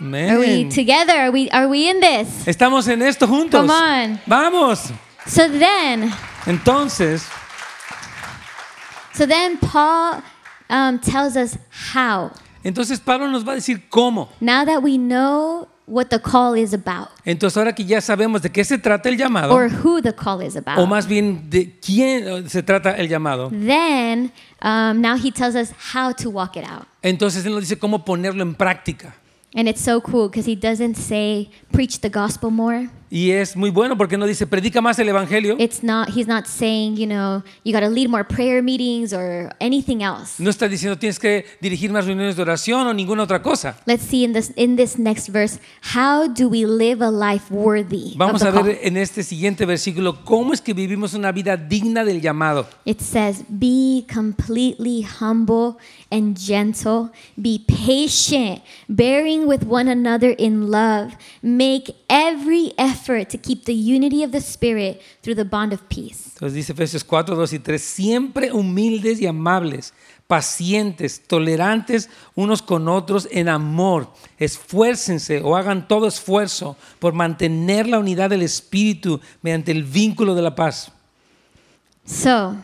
[SPEAKER 2] Amén.
[SPEAKER 1] Are we together? Are we, are we in this?
[SPEAKER 2] Estamos en esto juntos.
[SPEAKER 1] Come on.
[SPEAKER 2] Vamos.
[SPEAKER 1] So then,
[SPEAKER 2] Entonces,
[SPEAKER 1] so then Paul um, tells us how.
[SPEAKER 2] entonces Pablo nos va a decir cómo.
[SPEAKER 1] Now that we know what the call is about,
[SPEAKER 2] Entonces, ahora que ya sabemos de qué se trata el llamado,
[SPEAKER 1] or who the call is
[SPEAKER 2] o
[SPEAKER 1] about,
[SPEAKER 2] más bien de quién se trata el llamado,
[SPEAKER 1] then um, now he tells us how to walk it out.
[SPEAKER 2] entonces Él nos dice cómo ponerlo en práctica.
[SPEAKER 1] And it's so cool because he doesn't say preach the gospel more.
[SPEAKER 2] Y es muy bueno porque no dice, predica más el Evangelio.
[SPEAKER 1] It's not he's not saying, you know, you got to lead more prayer meetings or anything else.
[SPEAKER 2] No está diciendo tienes que dirigir más reuniones de oración o ninguna otra cosa.
[SPEAKER 1] Let's see in this in this next verse, how do we live a life worthy
[SPEAKER 2] Vamos a
[SPEAKER 1] of the call?
[SPEAKER 2] ver en este siguiente versículo cómo es que vivimos una vida digna del llamado.
[SPEAKER 1] It says, "Be completely humble and gentle, be patient, bearing with one another in love, make every effort to keep the unity of the spirit through the bond of peace."
[SPEAKER 2] Entonces dice Efesios 4, 2 y 3, siempre humildes y amables, pacientes, tolerantes unos con otros en amor. Esfuércense o hagan todo esfuerzo por mantener la unidad del espíritu mediante el vínculo de la paz.
[SPEAKER 1] So,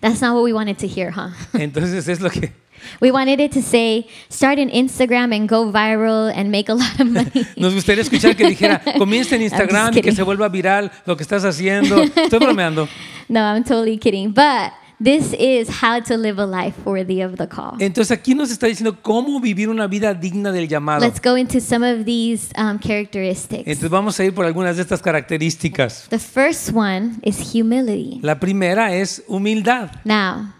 [SPEAKER 1] that's not what we wanted to hear, huh?
[SPEAKER 2] Entonces es lo que
[SPEAKER 1] We wanted it to say, start an Instagram and go viral and make a lot of money.
[SPEAKER 2] Nos gustaría escuchar que dijera, comienza en
[SPEAKER 1] I'm just
[SPEAKER 2] Instagram y que
[SPEAKER 1] kidding.
[SPEAKER 2] se vuelva viral lo que estás haciendo. Estoy bromeando.
[SPEAKER 1] No, I'm totally kidding. But this is how to live a life worthy of the call.
[SPEAKER 2] Entonces aquí nos está diciendo cómo vivir una vida digna del llamado.
[SPEAKER 1] Let's go into some of these um, characteristics.
[SPEAKER 2] Entonces vamos a ir por algunas de estas características.
[SPEAKER 1] The first one is humility.
[SPEAKER 2] La primera es humildad.
[SPEAKER 1] Now,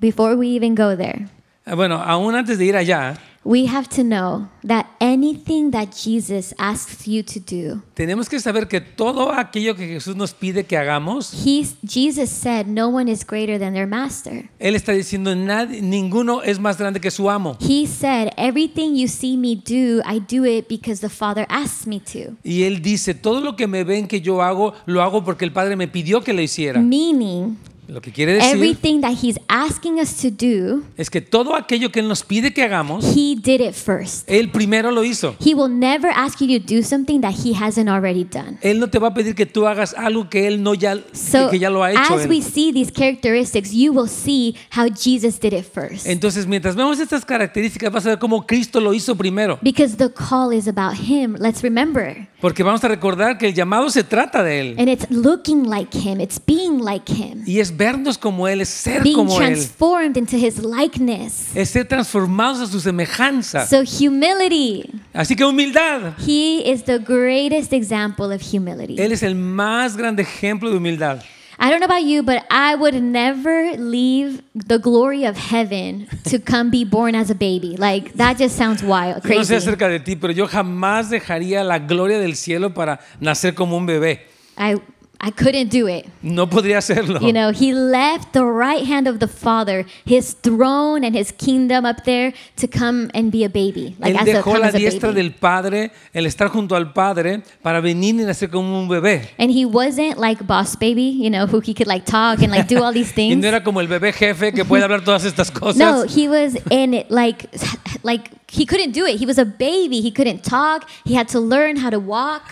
[SPEAKER 1] before we even go there,
[SPEAKER 2] Ah, Bueno, aún antes de ir allá,
[SPEAKER 1] we have to know that anything that Jesus asks you to do,
[SPEAKER 2] tenemos que saber que todo aquello que Jesús nos pide que hagamos,
[SPEAKER 1] he, Jesus said, no one is greater than their master.
[SPEAKER 2] Él está diciendo, "Nadie- ninguno es más grande que su amo.
[SPEAKER 1] He said, Everything you see me do, I do it because the Father asks me to.
[SPEAKER 2] Y Él dice, todo lo que me ven que yo hago, lo hago porque el Padre me pidió que lo hiciera.
[SPEAKER 1] Mm. Meaning,
[SPEAKER 2] Lo que quiere decir
[SPEAKER 1] everything that He's asking us to do,
[SPEAKER 2] es que todo aquello que Él nos pide que hagamos,
[SPEAKER 1] He did it first.
[SPEAKER 2] Él primero lo hizo.
[SPEAKER 1] He will never ask you to do something that He hasn't already done.
[SPEAKER 2] Él no te va a pedir que tú hagas algo que Él no ya,
[SPEAKER 1] So,
[SPEAKER 2] que ya lo ha hecho.
[SPEAKER 1] as
[SPEAKER 2] Él.
[SPEAKER 1] we see these characteristics, you will see how Jesus did it first.
[SPEAKER 2] Entonces, mientras vemos estas características, vas a ver cómo Cristo lo hizo primero.
[SPEAKER 1] Because the call is about Him. Let's remember.
[SPEAKER 2] Porque vamos a recordar que el llamado se trata de Él.
[SPEAKER 1] And it's looking like Him, it's being like Him,
[SPEAKER 2] Y es vernos como Él, es ser
[SPEAKER 1] being
[SPEAKER 2] como Él,
[SPEAKER 1] transformed into His likeness.
[SPEAKER 2] es ser transformados a su semejanza.
[SPEAKER 1] So, humility.
[SPEAKER 2] Así que humildad.
[SPEAKER 1] He is the greatest example of humility.
[SPEAKER 2] Él es el más grande ejemplo de humildad.
[SPEAKER 1] I don't know about you, but I would never leave the glory of heaven to come be born as a baby. Like that just sounds wild,
[SPEAKER 2] Yo No sé
[SPEAKER 1] crazy.
[SPEAKER 2] acerca de ti, pero yo jamás dejaría la gloria del cielo para nacer como un bebé.
[SPEAKER 1] I I couldn't do it.
[SPEAKER 2] No podría hacerlo.
[SPEAKER 1] You know, he left the right hand of the Father, his throne and his kingdom up there to come and be a baby. Like
[SPEAKER 2] Él
[SPEAKER 1] as a,
[SPEAKER 2] dejó
[SPEAKER 1] come
[SPEAKER 2] la
[SPEAKER 1] as a
[SPEAKER 2] diestra
[SPEAKER 1] baby.
[SPEAKER 2] del Padre, el estar junto al Padre, para venir y nacer como un bebé.
[SPEAKER 1] And he wasn't like boss baby, you know, who he could like talk and like do all these
[SPEAKER 2] Y
[SPEAKER 1] things.
[SPEAKER 2] no era como el bebé jefe que puede hablar todas estas cosas.
[SPEAKER 1] No, he was in it like Like he couldn't do it. He was a baby. He couldn't talk. He had to learn how to walk.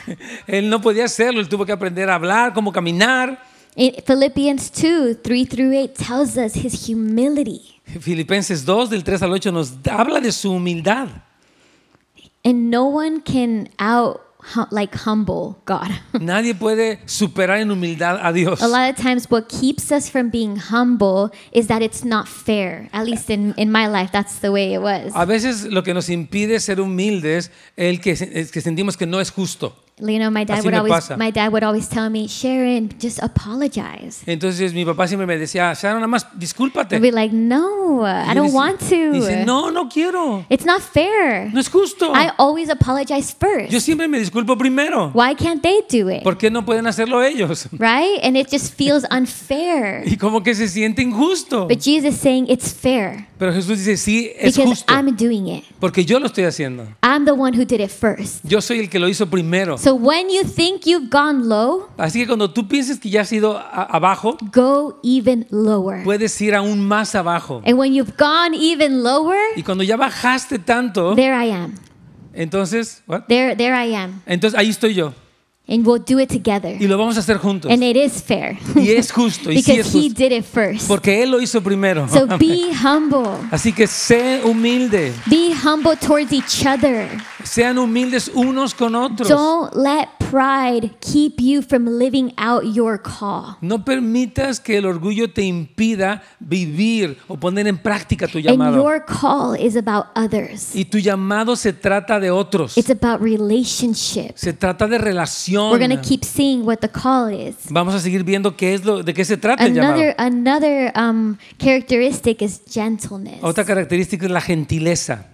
[SPEAKER 2] Él no podía hacerlo, él tuvo que aprender a hablar, cómo caminar.
[SPEAKER 1] In Philippians 2 3 through 8 tells us his humility.
[SPEAKER 2] Filipenses 2, del 3 al 8, nos habla de su humildad.
[SPEAKER 1] And no one can out, hu- like, humble God.
[SPEAKER 2] Nadie puede superar en humildad a Dios.
[SPEAKER 1] A lot of times, what keeps us from being humble is that it's not fair. At least in, in my life, that's the way it was.
[SPEAKER 2] A veces lo que nos impide ser humildes es que, es que sentimos que no es justo.
[SPEAKER 1] You know, my
[SPEAKER 2] Así
[SPEAKER 1] dad would
[SPEAKER 2] me
[SPEAKER 1] always
[SPEAKER 2] pasa.
[SPEAKER 1] my dad would always tell me, Sharon, just apologize.
[SPEAKER 2] Entonces mi papá siempre me decía, Sharon, nada más, discúlpate.
[SPEAKER 1] I'd be like, no,
[SPEAKER 2] Y
[SPEAKER 1] I
[SPEAKER 2] yo
[SPEAKER 1] don't
[SPEAKER 2] dice-
[SPEAKER 1] want to.
[SPEAKER 2] Dice, no, no quiero.
[SPEAKER 1] It's not fair.
[SPEAKER 2] No es justo.
[SPEAKER 1] I always apologize first.
[SPEAKER 2] Yo siempre me disculpo primero.
[SPEAKER 1] Why can't they do it?
[SPEAKER 2] ¿Por qué no pueden hacerlo ellos?
[SPEAKER 1] Right? And it just feels unfair.
[SPEAKER 2] Y como que se siente injusto.
[SPEAKER 1] But Jesus is saying it's fair
[SPEAKER 2] Pero Jesús dice, sí, es
[SPEAKER 1] because
[SPEAKER 2] justo.
[SPEAKER 1] I'm doing it.
[SPEAKER 2] Porque yo lo estoy haciendo.
[SPEAKER 1] I'm the one who did it first.
[SPEAKER 2] Yo soy el que lo hizo primero.
[SPEAKER 1] So when you think you've gone low,
[SPEAKER 2] Así que cuando tú pienses que ya has ido a- abajo,
[SPEAKER 1] go even lower.
[SPEAKER 2] puedes ir aún más abajo.
[SPEAKER 1] And when you've gone even lower,
[SPEAKER 2] Y cuando ya bajaste tanto,
[SPEAKER 1] there I am.
[SPEAKER 2] entonces, what?
[SPEAKER 1] There there I am.
[SPEAKER 2] entonces ahí estoy yo.
[SPEAKER 1] And we'll do it together.
[SPEAKER 2] Y lo vamos a hacer juntos.
[SPEAKER 1] And it is fair.
[SPEAKER 2] Y es justo, y sí es
[SPEAKER 1] because he
[SPEAKER 2] justo.
[SPEAKER 1] did it first.
[SPEAKER 2] Porque Él lo hizo primero.
[SPEAKER 1] So be humble.
[SPEAKER 2] Así que sé humilde.
[SPEAKER 1] Be humble towards each other.
[SPEAKER 2] Sean humildes unos con otros.
[SPEAKER 1] Don't let pride keep you from living out your call.
[SPEAKER 2] No permitas que el orgullo te impida vivir o poner en práctica tu
[SPEAKER 1] And
[SPEAKER 2] llamado.
[SPEAKER 1] your call is about others.
[SPEAKER 2] Y tu llamado se trata de otros.
[SPEAKER 1] It's about relationships.
[SPEAKER 2] Se trata de
[SPEAKER 1] We're
[SPEAKER 2] relación.
[SPEAKER 1] going to keep seeing what the call is.
[SPEAKER 2] Vamos a seguir viendo qué es lo, de qué se trata el llamado.
[SPEAKER 1] Another another um, characteristic is gentleness.
[SPEAKER 2] Otra característica es la gentileza.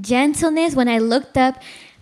[SPEAKER 1] Gentleness, when I looked up,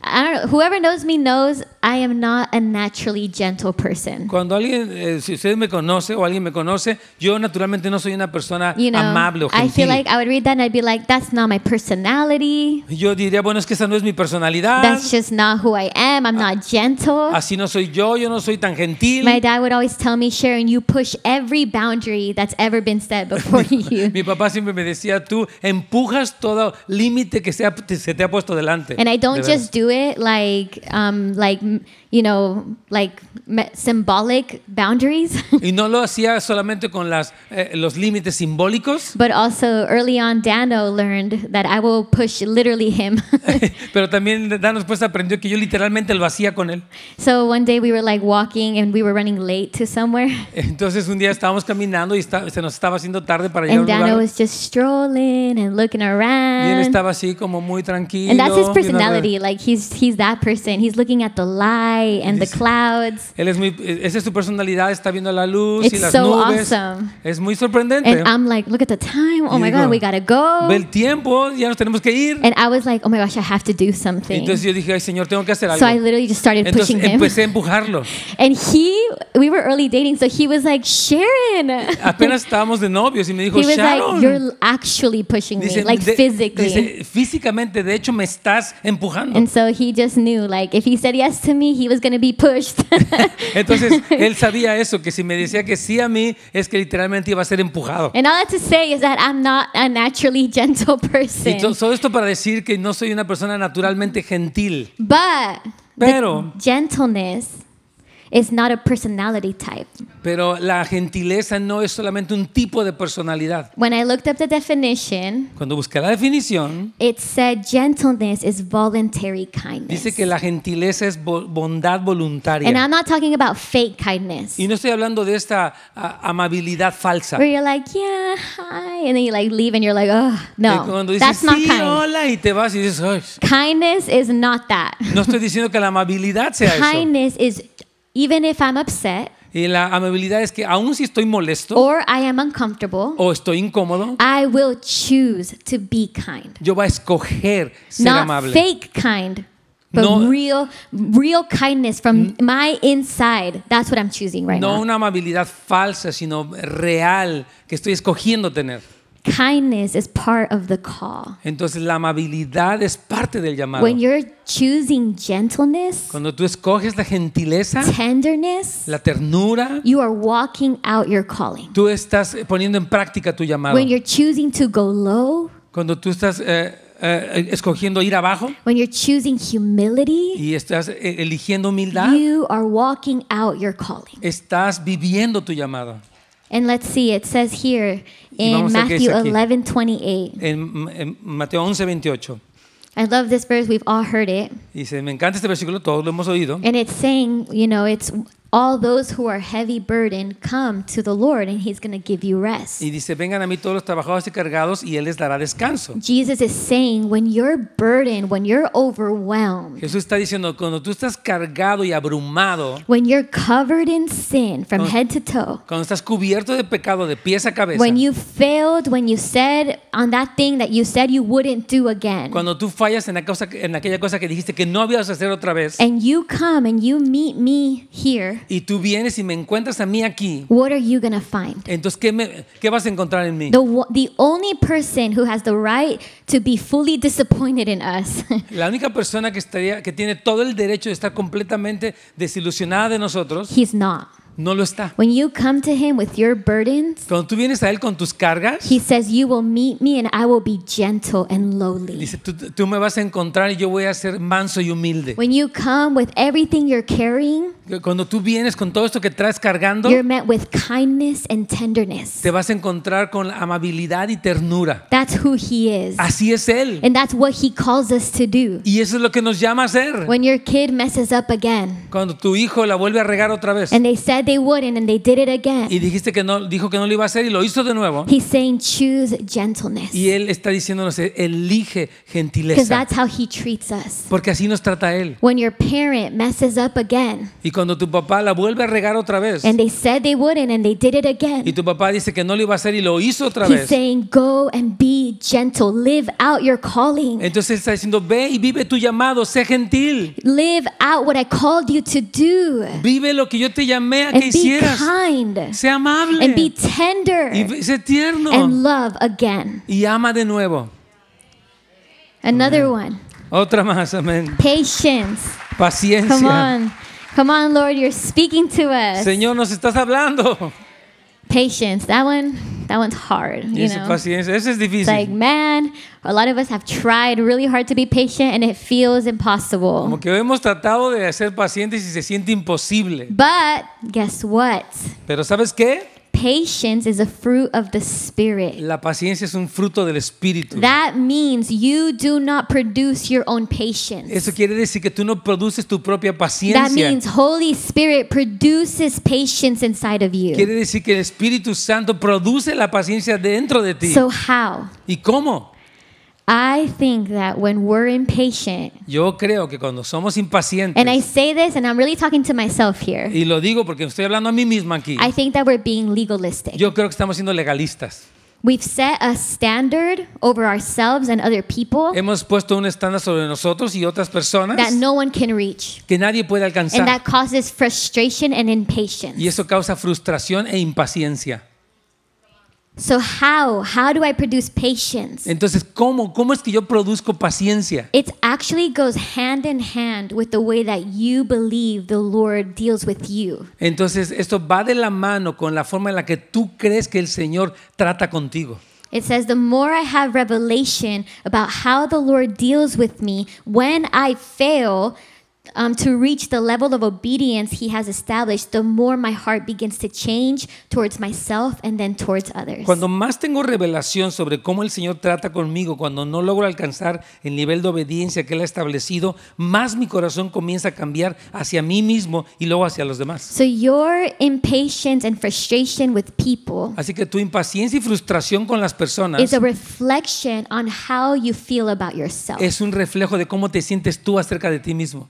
[SPEAKER 1] I don't know, whoever knows me knows I am not a naturally gentle person.
[SPEAKER 2] Cuando alguien, eh, si usted me conoce o alguien me conoce, yo naturalmente no soy una persona
[SPEAKER 1] You know,
[SPEAKER 2] amable o
[SPEAKER 1] I
[SPEAKER 2] gentil.
[SPEAKER 1] feel like I would read that and I'd be like, that's not my personality.
[SPEAKER 2] yo diría, bueno, es que esa no es mi personalidad,
[SPEAKER 1] That's just not who I am. I'm
[SPEAKER 2] Ah.
[SPEAKER 1] not gentle.
[SPEAKER 2] así no soy yo, yo no soy tan gentil.
[SPEAKER 1] My dad would always tell me, Sharon, you push every boundary that's ever been set before you.
[SPEAKER 2] Mi papá siempre me decía, tú empujas todo límite que sea- te- se te ha puesto delante.
[SPEAKER 1] And I
[SPEAKER 2] De
[SPEAKER 1] don't
[SPEAKER 2] veras.
[SPEAKER 1] just do it like, um, like m- you know, like me- symbolic boundaries,
[SPEAKER 2] Y no lo hacía solamente con las, eh, los límites simbólicos,
[SPEAKER 1] but also early on, Dano learned that I will push literally him.
[SPEAKER 2] pero también Danos pues aprendió que yo literalmente lo hacía con él.
[SPEAKER 1] so one day we were like walking and we were running late to somewhere,
[SPEAKER 2] Entonces un día estábamos caminando y está- se nos estaba haciendo tarde para llegar a
[SPEAKER 1] and
[SPEAKER 2] un lugar.
[SPEAKER 1] Dano was just strolling and looking
[SPEAKER 2] Y él
[SPEAKER 1] around.
[SPEAKER 2] estaba así como muy tranquilo.
[SPEAKER 1] And that's his
[SPEAKER 2] bien arreglado.
[SPEAKER 1] personality. Like he's he's that person. He's looking at the light and the
[SPEAKER 2] Dice-
[SPEAKER 1] clouds.
[SPEAKER 2] Él es muy, esa es su personalidad, está viendo la luz y
[SPEAKER 1] It's
[SPEAKER 2] las
[SPEAKER 1] so
[SPEAKER 2] nubes.
[SPEAKER 1] awesome.
[SPEAKER 2] Es muy sorprendente.
[SPEAKER 1] And I'm like, look at the time. Oh
[SPEAKER 2] Y
[SPEAKER 1] my
[SPEAKER 2] digo,
[SPEAKER 1] god, we gotta
[SPEAKER 2] Ve
[SPEAKER 1] go.
[SPEAKER 2] el tiempo, ya nos tenemos que ir.
[SPEAKER 1] And I was like, oh my gosh, I have to do something.
[SPEAKER 2] Entonces
[SPEAKER 1] So
[SPEAKER 2] yo dije, ay señor, tengo que hacer algo.
[SPEAKER 1] I literally just started
[SPEAKER 2] Entonces
[SPEAKER 1] pushing him.
[SPEAKER 2] empecé a empujarlo.
[SPEAKER 1] And he, we were early dating, so he was like, Sharon.
[SPEAKER 2] Apenas estábamos de novios y me dijo,
[SPEAKER 1] he was
[SPEAKER 2] Sharon.
[SPEAKER 1] like, you're actually pushing me,
[SPEAKER 2] Dice,
[SPEAKER 1] like
[SPEAKER 2] "De-
[SPEAKER 1] physically.
[SPEAKER 2] dice, físicamente, de hecho me estás empujando.
[SPEAKER 1] and so he just knew, like, if he said yes to me, he was gonna be pushed.
[SPEAKER 2] Entonces él sabía eso, que si me decía que sí a mí, es que literalmente iba a ser empujado.
[SPEAKER 1] and all that to say is that I'm not a naturally gentle person.
[SPEAKER 2] Y to- todo esto para decir que no soy una persona naturalmente gentil.
[SPEAKER 1] But the
[SPEAKER 2] Pero-
[SPEAKER 1] gentleness is not a personality type.
[SPEAKER 2] Pero la gentileza no es solamente un tipo de personalidad.
[SPEAKER 1] When I looked up the definition,
[SPEAKER 2] Cuando busqué la definición,
[SPEAKER 1] it said gentleness is voluntary kindness.
[SPEAKER 2] dice que la gentileza es bo- bondad
[SPEAKER 1] and
[SPEAKER 2] voluntaria.
[SPEAKER 1] I'm not talking about fake kindness.
[SPEAKER 2] Y no estoy hablando de esta a- amabilidad falsa.
[SPEAKER 1] where you're like, yeah, hi, and then you like leave and you're like, oh,
[SPEAKER 2] Eh,
[SPEAKER 1] no,
[SPEAKER 2] Cuando dices,
[SPEAKER 1] that's not
[SPEAKER 2] sí,
[SPEAKER 1] kind.
[SPEAKER 2] hola, y te vas y dices, "Ay".
[SPEAKER 1] Kindness is not that.
[SPEAKER 2] no estoy diciendo que la amabilidad sea eso.
[SPEAKER 1] kindness is even if I'm upset
[SPEAKER 2] Y la amabilidad es que aun si estoy molesto
[SPEAKER 1] or I am uncomfortable,
[SPEAKER 2] o estoy incómodo,
[SPEAKER 1] I will choose to be kind.
[SPEAKER 2] yo voy a escoger ser
[SPEAKER 1] not
[SPEAKER 2] amable.
[SPEAKER 1] fake kind but
[SPEAKER 2] No-
[SPEAKER 1] real real kindness from my inside that's what i'm choosing right
[SPEAKER 2] No
[SPEAKER 1] now
[SPEAKER 2] una amabilidad falsa, sino real, que estoy escogiendo tener.
[SPEAKER 1] kindness is part of the call
[SPEAKER 2] Entonces la amabilidad es parte del llamado.
[SPEAKER 1] when you're choosing gentleness
[SPEAKER 2] Cuando tú escoges la gentileza,
[SPEAKER 1] tenderness
[SPEAKER 2] la ternura,
[SPEAKER 1] you are walking out your calling
[SPEAKER 2] tú estás poniendo en práctica tu llamado.
[SPEAKER 1] when you're choosing to go low
[SPEAKER 2] Cuando tú estás eh, eh, escogiendo ir abajo
[SPEAKER 1] When you're choosing humility,
[SPEAKER 2] y estás eh, eligiendo humildad,
[SPEAKER 1] you are walking out your calling.
[SPEAKER 2] estás viviendo tu llamada.
[SPEAKER 1] And let's see, it says here
[SPEAKER 2] Y
[SPEAKER 1] in
[SPEAKER 2] vamos a ver qué dice
[SPEAKER 1] Matthew
[SPEAKER 2] aquí.
[SPEAKER 1] 11 28.
[SPEAKER 2] En, en Mateo 11, 28.
[SPEAKER 1] I love this verse, we've all heard it.
[SPEAKER 2] Dice, me encanta este versículo, todos lo hemos oído.
[SPEAKER 1] And it's saying, you know, it's all those who are heavy burdened come to the Lord and he's going to give you rest.
[SPEAKER 2] Y dice, vengan a mí todos los trabajados y cargados y Él les dará descanso.
[SPEAKER 1] Jesus is saying, when you're burdened, when you're overwhelmed,
[SPEAKER 2] Jesús está diciendo, cuando tú estás cargado y abrumado,
[SPEAKER 1] when you're covered in sin from
[SPEAKER 2] Cuando-
[SPEAKER 1] head to toe,
[SPEAKER 2] cuando estás cubierto de pecado de pies Oh. a cabeza,
[SPEAKER 1] when you failed, when you said on that thing that you said you wouldn't do again,
[SPEAKER 2] cuando tú fallas en, la cosa- en aquella cosa que dijiste que no habías de hacer otra vez,
[SPEAKER 1] and you come and you meet me here,
[SPEAKER 2] y tú vienes y me encuentras a mí aquí,
[SPEAKER 1] what are you going to find?
[SPEAKER 2] entonces, ¿qué, me- qué vas a encontrar en mí?
[SPEAKER 1] The, wo- the only person who has the right to be fully disappointed in us
[SPEAKER 2] La única persona que, estaría, que tiene todo el derecho de estar completamente desilusionada de nosotros,
[SPEAKER 1] He's not.
[SPEAKER 2] no lo está.
[SPEAKER 1] When you come to him with your burdens,
[SPEAKER 2] Cuando tú vienes a Él con tus cargas,
[SPEAKER 1] he says, You will meet me and I will be gentle and lowly.
[SPEAKER 2] dice, tú, tú me vas a encontrar y yo voy a ser manso y humilde.
[SPEAKER 1] When you come with everything you're carrying,
[SPEAKER 2] Cuando tú vienes con todo esto que traes cargando,
[SPEAKER 1] you're met with kindness and tenderness.
[SPEAKER 2] te vas a encontrar con la amabilidad y ternura.
[SPEAKER 1] That's who he is.
[SPEAKER 2] Así es Él.
[SPEAKER 1] And that's what he calls us to do.
[SPEAKER 2] Y eso es lo que nos llama a hacer.
[SPEAKER 1] When your kid messes up again,
[SPEAKER 2] Cuando tu hijo la vuelve a regar otra vez
[SPEAKER 1] and they said they wouldn't and they did it
[SPEAKER 2] y
[SPEAKER 1] again,
[SPEAKER 2] dijiste que no, dijo que no lo iba a hacer y lo hizo de nuevo.
[SPEAKER 1] he's saying, Choose gentleness.
[SPEAKER 2] Y Él está diciéndonos, elige
[SPEAKER 1] Because
[SPEAKER 2] gentileza.
[SPEAKER 1] that's how he treats us.
[SPEAKER 2] Porque así nos trata Él.
[SPEAKER 1] When your parent messes up again,
[SPEAKER 2] Y cuando tu papá la vuelve a regar otra vez
[SPEAKER 1] and they said they wouldn't and they did it
[SPEAKER 2] y
[SPEAKER 1] again,
[SPEAKER 2] tu papá dice que no lo iba a hacer y lo hizo otra
[SPEAKER 1] He's
[SPEAKER 2] vez,
[SPEAKER 1] saying, go and be gentle. Live out your calling.
[SPEAKER 2] entonces Él está diciendo, ve y vive tu llamado, sé gentil.
[SPEAKER 1] Live out what I called you to do.
[SPEAKER 2] Vive lo que yo te llamé a que
[SPEAKER 1] And be
[SPEAKER 2] hicieras.
[SPEAKER 1] kind.
[SPEAKER 2] Sé amable
[SPEAKER 1] And be
[SPEAKER 2] y
[SPEAKER 1] tender.
[SPEAKER 2] ve- sé tierno
[SPEAKER 1] And love again.
[SPEAKER 2] y ama de nuevo.
[SPEAKER 1] Another one.
[SPEAKER 2] Otra más, amén.
[SPEAKER 1] Patience. Come
[SPEAKER 2] Paciencia.
[SPEAKER 1] on. Come on, Lord. You're speaking to us.
[SPEAKER 2] Señor, nos estás hablando.
[SPEAKER 1] Patience. That one, that one's hard.
[SPEAKER 2] Y
[SPEAKER 1] You
[SPEAKER 2] eso,
[SPEAKER 1] know?
[SPEAKER 2] paciencia, eso es
[SPEAKER 1] It's like,
[SPEAKER 2] difícil.
[SPEAKER 1] man, a lot of us have tried really hard to be patient and it feels impossible.
[SPEAKER 2] Como que hemos tratado de ser pacientes y se siente imposible.
[SPEAKER 1] But guess what?
[SPEAKER 2] Pero ¿sabes qué?
[SPEAKER 1] Patience is a fruit of the Spirit.
[SPEAKER 2] La paciencia es un fruto del Espíritu.
[SPEAKER 1] That means you do not produce your own patience.
[SPEAKER 2] Eso quiere decir que tú no produces tu propia
[SPEAKER 1] That
[SPEAKER 2] paciencia.
[SPEAKER 1] means Holy Spirit produces patience inside of you.
[SPEAKER 2] Quiere decir que el Espíritu Santo produce la paciencia dentro de ti.
[SPEAKER 1] So, how?
[SPEAKER 2] ¿Y cómo?
[SPEAKER 1] I think that when we're impatient,
[SPEAKER 2] Yo creo que cuando somos
[SPEAKER 1] and I
[SPEAKER 2] impacientes,
[SPEAKER 1] say this, and I'm really talking to myself here,
[SPEAKER 2] y lo digo porque estoy hablando a mí misma aquí,
[SPEAKER 1] I think that we're being legalistic.
[SPEAKER 2] yo creo que estamos siendo legalistas.
[SPEAKER 1] We've set a standard over ourselves and other people
[SPEAKER 2] Hemos puesto un estándar sobre nosotros y otras personas
[SPEAKER 1] that no one can reach,
[SPEAKER 2] que nadie puede
[SPEAKER 1] and
[SPEAKER 2] alcanzar.
[SPEAKER 1] that causes frustration and impatience.
[SPEAKER 2] Y eso causa frustración e impaciencia.
[SPEAKER 1] So how? How do I produce patience?
[SPEAKER 2] Entonces, ¿cómo? ¿Cómo es que yo produzco paciencia?
[SPEAKER 1] It actually goes hand in hand with the way that you believe the Lord deals with you.
[SPEAKER 2] Entonces, esto va de la mano con la forma en la que tú crees que el Señor trata contigo.
[SPEAKER 1] It says, The more I have revelation about how the Lord deals with me when I fail um, to reach the level of obedience He has established, the more my heart begins to change towards myself and then towards others.
[SPEAKER 2] Cuando más tengo revelación sobre cómo el Señor trata conmigo, cuando no logro alcanzar el nivel de obediencia que Él ha establecido, más mi corazón comienza a cambiar hacia mí mismo y luego hacia los demás.
[SPEAKER 1] So your impatience and frustration with people
[SPEAKER 2] Así que tu impaciencia y frustración con las personas
[SPEAKER 1] is a reflection on how you feel about yourself.
[SPEAKER 2] es un reflejo de cómo te sientes tú acerca de ti mismo